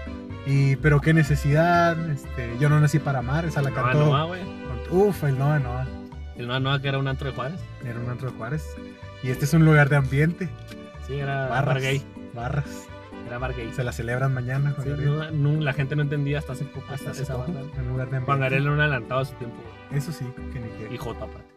Speaker 2: Y, pero qué necesidad, este, yo no nací para amar, esa la
Speaker 3: Noa
Speaker 2: cantó.
Speaker 3: Noa, Ah, güey.
Speaker 2: Uf, el Noa Noa,
Speaker 3: El Noa Noa que era un antro de Juárez.
Speaker 2: era un antro de Juárez. Y este es un lugar de ambiente,
Speaker 3: Sí, era
Speaker 2: Barras.
Speaker 3: bar Ah, gay.
Speaker 2: barras.
Speaker 3: Era bar gay.
Speaker 2: Se la celebran mañana, Juan
Speaker 3: Sí,
Speaker 2: Gabriel.
Speaker 3: no- no, la gente no entendía hasta hace poco
Speaker 2: Hasta
Speaker 3: esa-
Speaker 2: hace
Speaker 3: esa
Speaker 2: poco,
Speaker 3: banda.
Speaker 2: en lugar de ambiente.
Speaker 3: Juan Gabriel era un adelantado a su tiempo, güey.
Speaker 2: Eso sí, que ni qué.
Speaker 3: Y Joto aparte.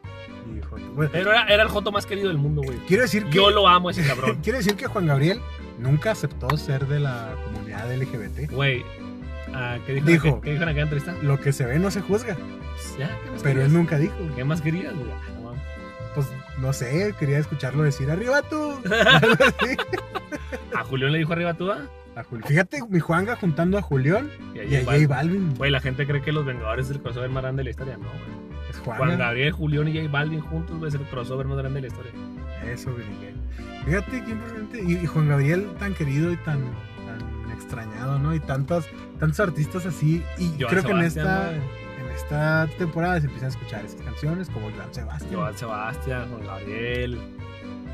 Speaker 2: Hijo de- bueno,
Speaker 3: Pero era, era el Joto más querido del mundo, güey.
Speaker 2: quiero decir que...
Speaker 3: Eh, Yo lo amo a ese cabrón.
Speaker 2: Quiero decir que Juan Gabriel nunca aceptó ser de la comunidad LGBT.
Speaker 3: Güey. ah, ¿Qué dijo?
Speaker 2: Dijo.
Speaker 3: ¿Qué, dijo en aquella entrevista?
Speaker 2: Lo que se ve no se juzga,
Speaker 3: Pues ya, ¿qué más
Speaker 2: pero
Speaker 3: querías?
Speaker 2: él nunca dijo.
Speaker 3: ¿Qué más querías, güey? Ah, no mames.
Speaker 2: pues no sé, quería escucharlo decir arriba tú. Algo así.
Speaker 3: A Julián le dijo arriba tú, ah?
Speaker 2: A Jul- Fíjate, mi Juanga juntando a Julián
Speaker 3: Y
Speaker 2: y
Speaker 3: ahí
Speaker 2: a
Speaker 3: va.
Speaker 2: J Balvin.
Speaker 3: Güey, la gente cree que los Vengadores es el crossover más grande de la historia. No, güey.
Speaker 2: Es
Speaker 3: Juan
Speaker 2: Juanga.
Speaker 3: Gabriel, Julián y J Balvin juntos, güey, es el crossover más grande de la historia.
Speaker 2: Eso, Miguel. Fíjate qué importante. Y, y Juan Gabriel tan querido y tan, tan extrañado, ¿no? Y tantas, tantos artistas así. Y
Speaker 3: Joan
Speaker 2: creo que en esta,
Speaker 3: Sebastián,
Speaker 2: en esta temporada se empiezan a escuchar esas canciones como Joan Sebastián.
Speaker 3: Joan Sebastián, Juan Gabriel.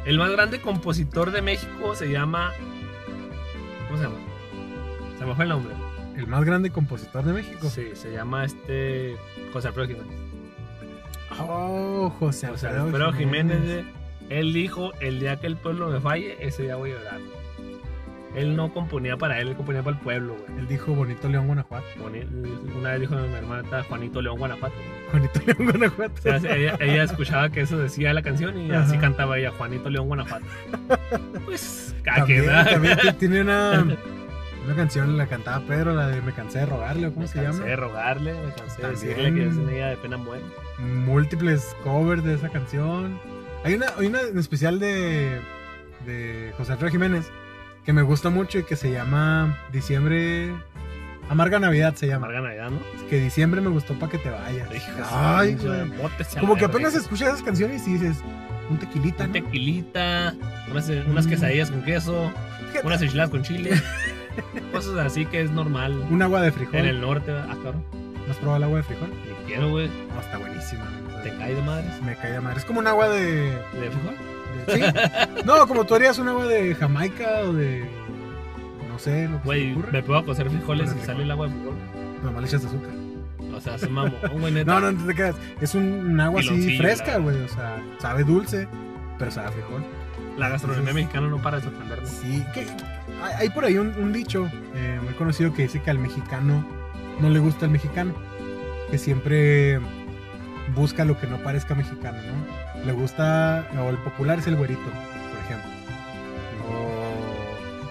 Speaker 3: El más grande compositor de México se llama. ¿Cómo se llama? Se me fue el nombre.
Speaker 2: El más grande compositor de México.
Speaker 3: Sí, se llama este. José Alfredo Jiménez.
Speaker 2: Oh, José
Speaker 3: José
Speaker 2: Alfredo,
Speaker 3: Alfredo Jiménez. eh.
Speaker 2: Jiménez.
Speaker 3: güey. Él dijo: El día que el pueblo me falle, ese día voy a llorar. Él no componía para él, él componía para el pueblo, güey.
Speaker 2: Él dijo bonito León Guanajuato.
Speaker 3: Boni- Una vez dijo mi hermana Juanito León Guanajuato.
Speaker 2: Bonito León
Speaker 3: O
Speaker 2: Guanajuato.
Speaker 3: sea, ella, ella escuchaba que eso decía la canción y así
Speaker 2: Ajá.
Speaker 3: cantaba ella, Juanito León Guanajuato. Pues, a
Speaker 2: También,
Speaker 3: que da.
Speaker 2: también t- tiene una, una canción, la cantaba Pedro, la de Me cansé de rogarle, ¿o ¿cómo
Speaker 3: Me
Speaker 2: se llama?
Speaker 3: cansé de rogarle, me cansé de
Speaker 2: También.
Speaker 3: decirle que es una idea de pena muere.
Speaker 2: múltiples covers de esa canción. Hay una, hay una en especial de, de José Alfredo Jiménez que me gusta mucho y que se llama Diciembre. Amarga Navidad se llama.
Speaker 3: Amarga Navidad, ¿no?
Speaker 2: Que diciembre me gustó para que te vayas.
Speaker 3: Híjole,
Speaker 2: Ay,
Speaker 3: pinche
Speaker 2: güey.
Speaker 3: botes a
Speaker 2: Como
Speaker 3: la
Speaker 2: que
Speaker 3: verga.
Speaker 2: apenas escuchas esas canciones y dices, un tequilita,
Speaker 3: Un
Speaker 2: ¿no?
Speaker 3: tequilita, unas, unas
Speaker 2: Mm.
Speaker 3: quesadillas con queso,
Speaker 2: Fíjate.
Speaker 3: unas enchiladas con chile. Cosas así que es normal.
Speaker 2: Un agua de frijol.
Speaker 3: En el norte, ah, cabrón.
Speaker 2: ¿No has probado el agua de frijol?
Speaker 3: Ni quiero, güey.
Speaker 2: No, está buenísima. güey.
Speaker 3: Te cae de madres.
Speaker 2: Me cae de madre. Es como un agua de.
Speaker 3: ¿De frijol?
Speaker 2: de- ¿sí? no, como tú harías un agua de Jamaica o de. No sé, lo que se te
Speaker 3: Güey,
Speaker 2: ocurra.
Speaker 3: me puedo a cocer frijoles
Speaker 2: Con
Speaker 3: y
Speaker 2: el
Speaker 3: sale el agua de frijol.
Speaker 2: Nomás le echas azúcar.
Speaker 3: O sea, se mamó, güey, neta.
Speaker 2: No, no, no te quedas. Es un agua así
Speaker 3: Piloncillo,
Speaker 2: fresca,
Speaker 3: la-
Speaker 2: güey. O sea, sabe dulce, pero sabe a frijol.
Speaker 3: La gastronomía mexicana no para de sorprendernos.
Speaker 2: Sí, que hay, hay por ahí un, un dicho eh, muy conocido que dice que al mexicano no le gusta el mexicano. Que siempre busca lo que no parezca mexicano, ¿no? Le gusta, o el popular es el güerito, por ejemplo.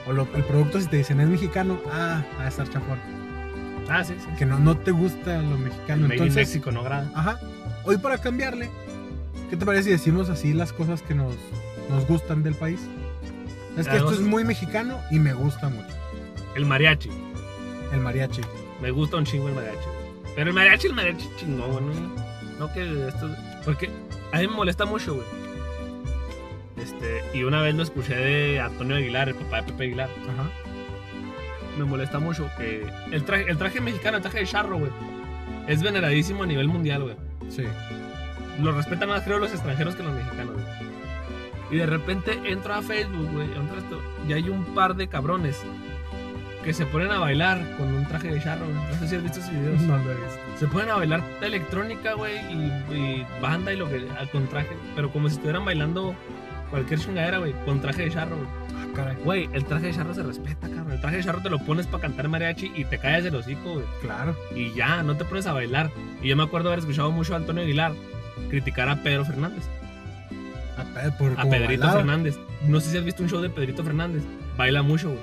Speaker 2: O, o lo- el producto, si te dicen es mexicano, ah, va a estar chafón.
Speaker 3: Ah, sí, sí.
Speaker 2: Que no, no te gusta lo mexicano.
Speaker 3: Made in
Speaker 2: Entonces,
Speaker 3: México no grada.
Speaker 2: Ajá. Hoy para cambiarle, ¿qué te parece si decimos así las cosas que nos, nos gustan del país? Es que
Speaker 3: Algo
Speaker 2: esto es
Speaker 3: así.
Speaker 2: muy mexicano y me gusta mucho.
Speaker 3: El mariachi.
Speaker 2: El mariachi.
Speaker 3: Me gusta un chingo el mariachi. güey. Pero el mariachi, el mariachi chingón, güey, ¿no? No que esto. Porque a mí me molesta mucho, güey. Este, y una vez lo escuché de Antonio Aguilar, el papá de Pepe Aguilar.
Speaker 2: Ajá.
Speaker 3: Me molesta mucho que. El traje, el traje mexicano, el traje de charro, güey. Es veneradísimo a nivel mundial, güey.
Speaker 2: Sí.
Speaker 3: Lo respetan más, creo, los extranjeros que los mexicanos, güey. Y de repente entro a Facebook, güey, entro a esto, y hay un par de cabrones que se ponen a bailar con un traje de charro. güey. No sé si has visto esos videos.
Speaker 2: No lo es.
Speaker 3: Se ponen a bailar electrónica, güey, y, y banda y lo que. al- con traje. Pero como si estuvieran bailando cualquier chingadera, güey, con traje de charro, güey.
Speaker 2: Ah, caray.
Speaker 3: Güey, el traje de charro se respeta, cabrón. El traje de charro te lo pones para cantar mariachi y te callas el hocico, güey
Speaker 2: Claro.
Speaker 3: y ya, no te pones a bailar. Y yo me acuerdo haber escuchado mucho a Antonio Aguilar criticar a Pedro Fernández,
Speaker 2: A, pe- por,
Speaker 3: a
Speaker 2: como
Speaker 3: Pedrito
Speaker 2: bailaba.
Speaker 3: Fernández. No sé si has visto un show de Pedrito Fernández. Baila mucho, güey.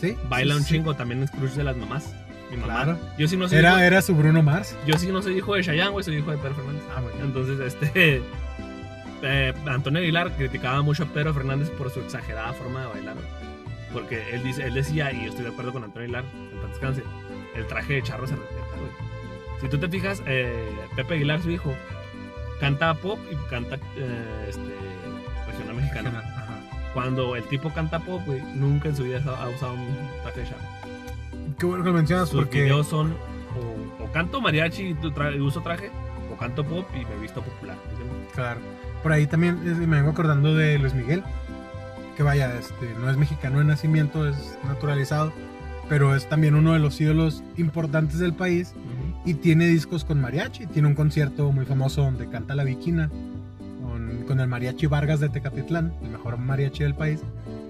Speaker 2: Sí.
Speaker 3: Baila
Speaker 2: sí,
Speaker 3: un
Speaker 2: sí.
Speaker 3: chingo, también es Cruz de las mamás. Mi mamá.
Speaker 2: Claro.
Speaker 3: Yo sí no soy
Speaker 2: Era, era su Bruno Mars.
Speaker 3: hijo, yo sí no soy hijo de Chayanne, güey, soy hijo de Pedro Fernández.
Speaker 2: Ah, bueno.
Speaker 3: Entonces, este eh, Antonio Aguilar criticaba mucho a Pedro Fernández por su exagerada forma de bailar. güey. Porque él, dice, él decía, y yo estoy de acuerdo con Antonio Aguilar, en paz descanse, el traje de charro se respeta, güey. Si tú te fijas, eh, Pepe Aguilar, su hijo, canta pop y canta eh, este, regional mexicana.
Speaker 2: Ajá.
Speaker 3: Cuando el tipo canta pop, güey, nunca en su vida ha ha usado un traje de charro.
Speaker 2: Qué bueno que lo mencionas
Speaker 3: Sus
Speaker 2: Ah, porque.
Speaker 3: videos son o, o canto mariachi y tu tra- y uso traje, o canto pop y me visto popular. ¿entiendes?
Speaker 2: Claro. Por ahí también eh, me vengo acordando de Luis Miguel. Que vaya, este, no es mexicano de nacimiento, es naturalizado. Pero es también uno de los ídolos importantes del país. y tiene discos con mariachi. Tiene un concierto muy famoso donde canta La Viquina con, con el mariachi Vargas de Tecatitlán, el mejor mariachi del país,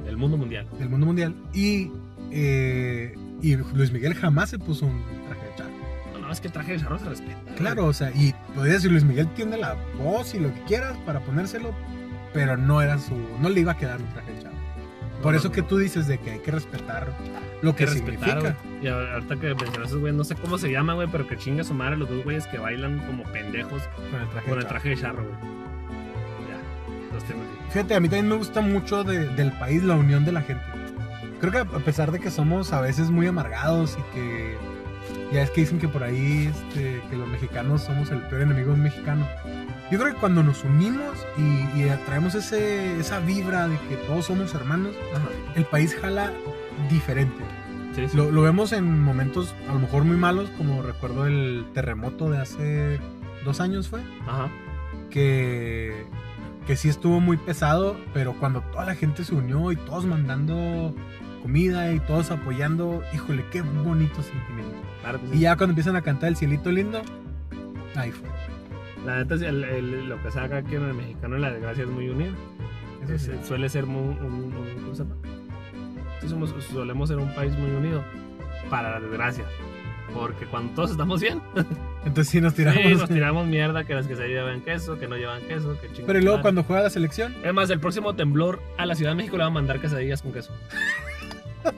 Speaker 3: El mundo mundial.
Speaker 2: del mundo mundial. Y, eh, y Luis Miguel jamás se puso un traje de charro.
Speaker 3: No, no, es que el traje de charro se respeta. güey.
Speaker 2: Claro, o sea, y podría decir Luis Miguel tiene la voz y lo que quieras para ponérselo, pero no era su, no le iba a quedar un traje de charro. Por
Speaker 3: No,
Speaker 2: eso
Speaker 3: no,
Speaker 2: que
Speaker 3: no.
Speaker 2: tú dices de que hay que respetar lo que,
Speaker 3: Hay que
Speaker 2: significa.
Speaker 3: respetar, güey. Y a- ahorita que mencionaste, güey, no sé cómo se llama, güey, pero que chinga su madre los dos güeyes que bailan como pendejos
Speaker 2: con el traje
Speaker 3: con
Speaker 2: de
Speaker 3: el
Speaker 2: charro.
Speaker 3: traje de charro, güey. Ya, los tengo aquí.
Speaker 2: Fíjate, a mí también me gusta mucho de- del país la unión de la gente. Creo que a pesar de que somos a veces muy amargados y que ya es que dicen que por ahí este, que los mexicanos somos el peor enemigo de un mexicano. Yo creo que cuando nos unimos y, y atraemos ese, esa vibra de que todos somos hermanos, el país jala diferente.
Speaker 3: Sí, sí.
Speaker 2: Lo, lo vemos en momentos a lo mejor muy malos, como recuerdo el terremoto de hace dos años fue
Speaker 3: Ajá.
Speaker 2: que, que sí estuvo muy pesado, pero cuando toda la gente se unió y todos mandando comida y todos apoyando, híjole, qué bonito sentimiento.
Speaker 3: Claro que sí.
Speaker 2: Y ya cuando empiezan a cantar el cielito lindo, ahí fue.
Speaker 3: La neta, es el- el- lo que saca aquí en el mexicano, la desgracia es muy unida.
Speaker 2: Eso sí.
Speaker 3: Es- Suele ser muy, un, un- ¿cómo se llama? que somos, solemos ser un país muy unido, para la desgracia. Porque cuando todos estamos bien,
Speaker 2: Entonces sí nos tiramos.
Speaker 3: sí, nos tiramos mierda, que las que se llevan queso, que no llevan queso, que chingados.
Speaker 2: Pero y luego cuando juega la selección,
Speaker 3: Es más, el próximo temblor a la Ciudad de México le van a mandar quesadillas con queso.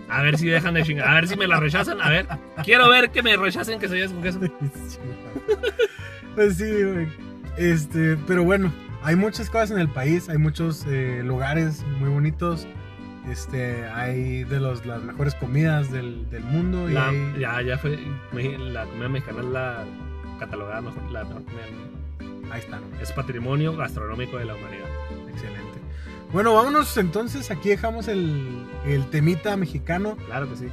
Speaker 3: A ver si dejan de chingar, a ver si me la rechazan, a ver. Quiero ver que me rechacen quesadillas con queso.
Speaker 2: pues sí, güey. Este, pero bueno, hay muchas cosas en el país, hay muchos eh, lugares muy bonitos. Este, hay de los, las mejores comidas del, del mundo. Y
Speaker 3: La-
Speaker 2: hay-
Speaker 3: ya, ya fue, me- la comida mexicana es la catalogada mejor, la mejor comida del mundo.
Speaker 2: Ahí está, ¿no?
Speaker 3: Es patrimonio gastronómico de la humanidad.
Speaker 2: excelente. Bueno, vámonos entonces. Aquí dejamos el, el temita mexicano.
Speaker 3: Claro que sí.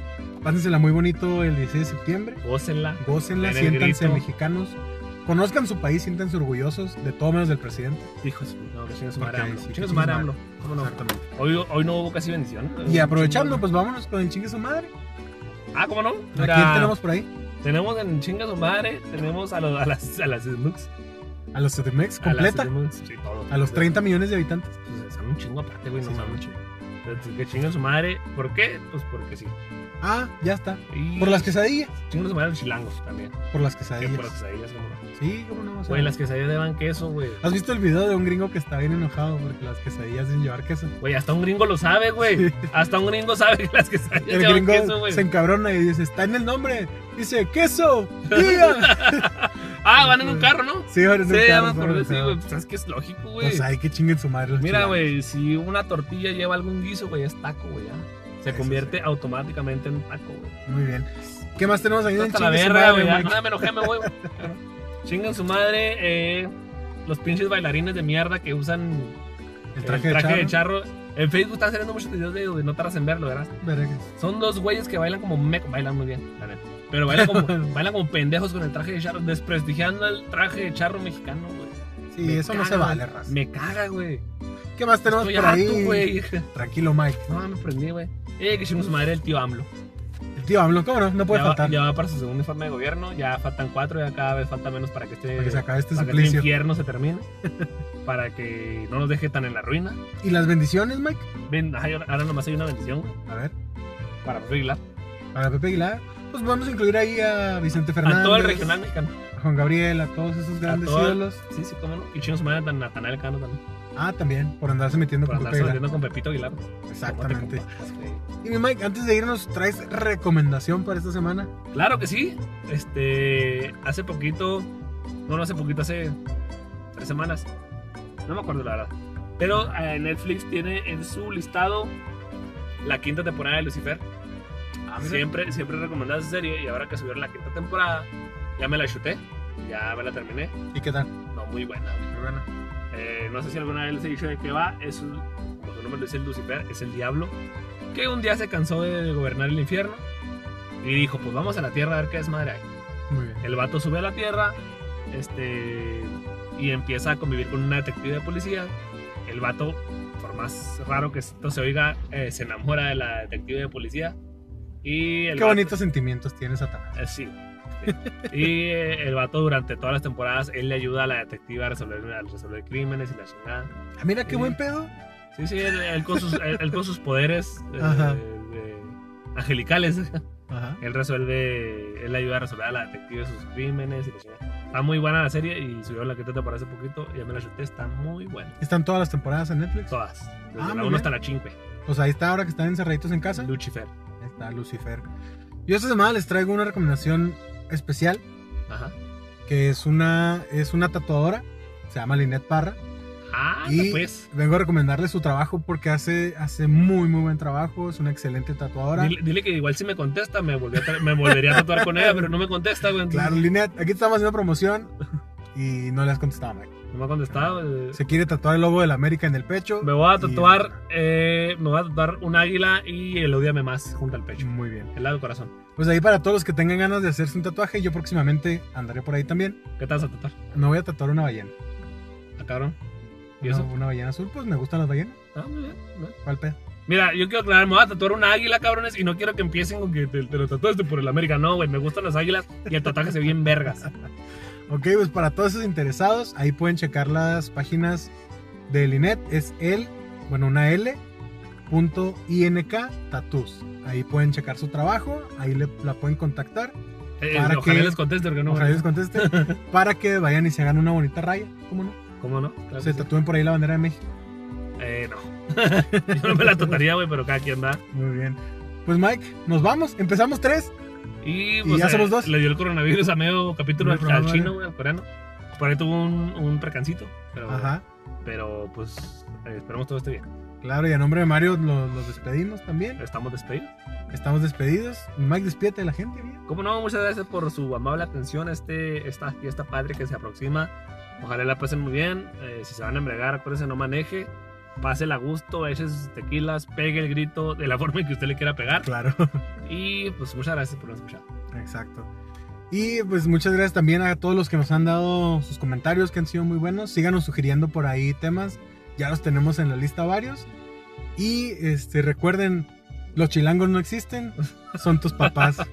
Speaker 2: Pásensela muy bonito el 16 de septiembre.
Speaker 3: Gócenla.
Speaker 2: Gócenla,
Speaker 3: Den el
Speaker 2: siéntanse
Speaker 3: grito.
Speaker 2: mexicanos. Conozcan su país, siéntanse orgullosos de todo menos del presidente.
Speaker 3: Hijos, no, que chingue su madre
Speaker 2: Porque ahí
Speaker 3: AMLO.
Speaker 2: sí,
Speaker 3: Chingue su madre
Speaker 2: chingue
Speaker 3: AMLO.
Speaker 2: su
Speaker 3: ¿Cómo no?
Speaker 2: Exactamente.
Speaker 3: Hoy, hoy no hubo casi bendición. ¿no?
Speaker 2: Y aprovechando, pues vámonos con el chingue su madre.
Speaker 3: Ah, ¿cómo no?
Speaker 2: ¿A
Speaker 3: Mira,
Speaker 2: quién tenemos por ahí?
Speaker 3: tenemos en chinga su madre, tenemos a, los, a las a las Smooks.
Speaker 2: A los CDMX
Speaker 3: A las
Speaker 2: completa. A,
Speaker 3: Smooks, sí, todo.
Speaker 2: los 30 millones de habitantes.
Speaker 3: Pues, son un chingo aparte, güey, no
Speaker 2: Sí, son
Speaker 3: mames. Entonces, Que chinga su madre. ¿Por qué? Pues porque sí.
Speaker 2: Ah, ya está.
Speaker 3: Y
Speaker 2: Por las quesadillas.
Speaker 3: Chinga su madre los chilangos también.
Speaker 2: Por las
Speaker 3: Que por las
Speaker 2: quesadillas.
Speaker 3: quesadillas, ¿cómo no?
Speaker 2: Sí, cómo no. o sea,
Speaker 3: Güey, las quesadillas llevan queso, güey.
Speaker 2: ¿Has visto el video de un gringo que está bien enojado porque las quesadillas sin llevar queso?
Speaker 3: Güey, hasta un gringo lo sabe, güey. Hasta un gringo sabe que las quesadillas
Speaker 2: El
Speaker 3: llevan
Speaker 2: gringo
Speaker 3: queso, güey.
Speaker 2: se encabrona y dice, está en el nombre. Dice, queso. tía".
Speaker 3: Ah, van en un carro, ¿no?
Speaker 2: sí, ahora es
Speaker 3: Sí,
Speaker 2: un
Speaker 3: ya
Speaker 2: carro,
Speaker 3: me acordé,
Speaker 2: ¿sabes?
Speaker 3: sí, güey. Pues es que es lógico, güey.
Speaker 2: Pues hay que chinguen su madre. los
Speaker 3: Mira,
Speaker 2: chilangos.
Speaker 3: güey, si una tortilla lleva algún guiso, güey, es taco, güey, ya. Se
Speaker 2: Eso
Speaker 3: convierte
Speaker 2: sí.
Speaker 3: automáticamente en taco, güey.
Speaker 2: Muy bien. ¿Qué más tenemos ahí en el
Speaker 3: Hasta la
Speaker 2: chingue su
Speaker 3: verga,
Speaker 2: madre,
Speaker 3: güey. ya.
Speaker 2: Mike?
Speaker 3: Nada, me enojé, me voy, güey. Chingan su madre, eh, los pinches bailarines de mierda que usan
Speaker 2: El traje, de charro.
Speaker 3: charro. En Facebook están saliendo muchos videos de, de no tardas en verlo, ¿verdad?
Speaker 2: Vergas.
Speaker 3: Son dos güeyes que bailan como mecos. Bailan muy bien, la neta. Pero bailan como, bailan como pendejos con el traje de charro, desprestigiando el traje de charro mexicano, güey.
Speaker 2: Sí,
Speaker 3: Me
Speaker 2: eso no
Speaker 3: caga,
Speaker 2: se vale, raza.
Speaker 3: Me caga, güey.
Speaker 2: ¿Qué más tenemos
Speaker 3: Estoy
Speaker 2: por
Speaker 3: harto,
Speaker 2: ahí?
Speaker 3: güey.
Speaker 2: Tranquilo, Mike.
Speaker 3: No, me prendí, güey. Eh, que chingo su madre el tío AMLO.
Speaker 2: El tío AMLO, ¿cómo no? No puede
Speaker 3: ya, va,
Speaker 2: faltar.
Speaker 3: ya va para su segundo informe de gobierno, ya faltan cuatro, ya cada vez falta menos para que este,
Speaker 2: para que se acabe este
Speaker 3: para que este
Speaker 2: suplicio.
Speaker 3: infierno se termine, para que no nos deje tan en la ruina.
Speaker 2: ¿Y las bendiciones, Mike?
Speaker 3: Ven, ay, ahora ahora nomás hay una bendición güey,
Speaker 2: A ver,
Speaker 3: para Pepe Aguilar.
Speaker 2: para Pepe Aguilar. Pues vamos a incluir ahí a Vicente Fernández.
Speaker 3: a todo el regional mexicano.
Speaker 2: A Juan Gabriel, a todos esos grandes
Speaker 3: todo el-
Speaker 2: ídolos.
Speaker 3: Sí, sí, cómo no. Y chingos madre tan Natanael Cano también.
Speaker 2: Ah, también, por andarse metiendo
Speaker 3: Por
Speaker 2: con
Speaker 3: andarse
Speaker 2: Pepe Aguilar.
Speaker 3: metiendo con Pepito Aguilar.
Speaker 2: Pues, Exactamente.
Speaker 3: ¿Cómo te comportas, güey?
Speaker 2: Y mi Mike, antes de irnos, ¿traes recomendación para esta semana?
Speaker 3: Claro que sí. Este, hace poquito, no, no hace poquito, hace tres semanas. No me acuerdo la verdad. Pero eh, Netflix tiene en su listado la quinta temporada de Lucifer. Siempre, siempre recomendada esa serie y ahora que subieron la quinta temporada, ya me la chuté, ya me la terminé.
Speaker 2: ¿Y qué tal?
Speaker 3: No, muy buena. güey.
Speaker 2: Muy buena.
Speaker 3: Eh, no sé si alguna vez les he dicho de qué va. Es un, como su nombre lo dice, Lucifer es el diablo que un día se cansó de gobernar el infierno y dijo, pues vamos a la tierra a ver qué desmadre hay.
Speaker 2: Muy bien.
Speaker 3: El vato sube a la tierra este, y empieza a convivir con una detective de policía. El vato, por más raro que esto se oiga, eh, se enamora de la detective de policía. Y el
Speaker 2: Qué
Speaker 3: vato-
Speaker 2: bonitos sentimientos tienes, Satanás.
Speaker 3: eh, sí. sí. Y eh, el vato durante todas las temporadas, él le ayuda a la detective a resolver, a resolver crímenes y la chingada.
Speaker 2: Ah, mira qué
Speaker 3: Sí.
Speaker 2: buen pedo.
Speaker 3: Sí, sí, él, él con, sus, él- él con sus poderes eh,
Speaker 2: Ajá.
Speaker 3: de- angelicales,
Speaker 2: Ajá.
Speaker 3: él resuelve, él ayuda a resolver a la detective sus crímenes y la chingada. Está muy buena la serie y subió la quinta temporada hace poquito, ya me la chuté, está muy buena.
Speaker 2: Están todas las temporadas en Netflix.
Speaker 3: Todas, desde
Speaker 2: Ah, muy
Speaker 3: la 1
Speaker 2: bien. Ah.
Speaker 3: hasta la 5.
Speaker 2: Pues ahí está, ahora que están encerraditos en casa.
Speaker 3: Lucifer.
Speaker 2: Ahí está Lucifer. Yo esta semana les traigo una recomendación especial,
Speaker 3: Ajá.
Speaker 2: que es una, es una tatuadora, se llama Linet Parra.
Speaker 3: Ah,
Speaker 2: Y-
Speaker 3: pues.
Speaker 2: Vengo a recomendarle su trabajo porque hace, hace muy, muy buen trabajo, es una excelente tatuadora.
Speaker 3: Dile, dile que igual si me contesta, me, volví a tra- me volvería a tatuar con ella, pero no me contesta, güey. entonces-
Speaker 2: Claro, Linet, aquí estamos haciendo promoción y no le has contestado, Mike.
Speaker 3: No me ha contestado. eh.
Speaker 2: Se quiere tatuar el logo del América en el pecho.
Speaker 3: Me voy a
Speaker 2: y-
Speaker 3: tatuar, eh, me voy a tatuar un águila y el odiame más junto al pecho,
Speaker 2: Muy
Speaker 4: Mm.
Speaker 2: bien.
Speaker 3: el lado del corazón.
Speaker 2: Pues ahí para todos los que tengan ganas de hacerse un tatuaje, yo próximamente andaré por ahí también.
Speaker 3: ¿Qué te vas a tatuar?
Speaker 2: Me voy a tatuar una ballena.
Speaker 3: Ah, cabrón. ¿Y
Speaker 2: Una,
Speaker 3: eso?
Speaker 2: una ballena azul, pues me gustan las ballenas.
Speaker 3: Ah, muy bien, muy bien.
Speaker 2: ¿Cuál pedo?
Speaker 3: Mira, yo quiero aclarar, me voy a tatuar una águila, cabrones, y no quiero que empiecen con que te, te lo tatuaste por el América. No, güey, me gustan las águilas y el tatuaje se ve bien vergas. Eh,
Speaker 2: Ok, pues para todos esos interesados, ahí
Speaker 4: E
Speaker 2: pueden checar las páginas de Linet. Es L, bueno, una L,
Speaker 4: www.ink Tattoos. Ahí pueden checar su trabajo, ahí le- la pueden contactar.
Speaker 3: Eh,
Speaker 4: Para
Speaker 3: ojalá
Speaker 4: que-
Speaker 3: les conteste, porque no.
Speaker 4: ojalá les conteste, para que vayan y se hagan una bonita raya. ¿Cómo no?
Speaker 3: ¿Cómo no? Claro
Speaker 4: se
Speaker 3: que sí.
Speaker 4: tatúen por ahí la bandera de México.
Speaker 3: Eh, no. Yo no me la trataría, güey, pero cada quien da.
Speaker 4: Muy bien. Pues Mike, nos vamos. Empezamos tres.
Speaker 3: Y, pues, eh,
Speaker 4: Y ya somos dos.
Speaker 3: Le dio el coronavirus a medio capítulo
Speaker 4: No
Speaker 3: al,
Speaker 4: hay problema,
Speaker 3: al chino, güey, al coreano. Por ahí tuvo un, un percancito. Pero,
Speaker 4: Ajá.
Speaker 3: pero pues eh, esperamos todo esté bien.
Speaker 4: Claro, y a nombre de Mario lo- los despedimos también.
Speaker 3: Estamos despedidos.
Speaker 4: Estamos despedidos. Mike, despídete de la gente. bien.
Speaker 3: Como no, muchas gracias por su amable atención a este, esta fiesta padre que se aproxima. Ojalá la pasen muy bien. Eh, si se van a embriagar, acuérdense, no maneje. Pásela a gusto, eche sus tequilas, pegue el grito de la forma en que usted le quiera pegar.
Speaker 4: Claro.
Speaker 3: Y pues muchas gracias por escuchar.
Speaker 4: Exacto. Y pues muchas gracias también a todos los que nos han dado sus comentarios que han sido muy buenos. Síganos sugiriendo por ahí temas. Ya los tenemos en la lista varios. Y este recuerden, los chilangos no existen, son tus papás.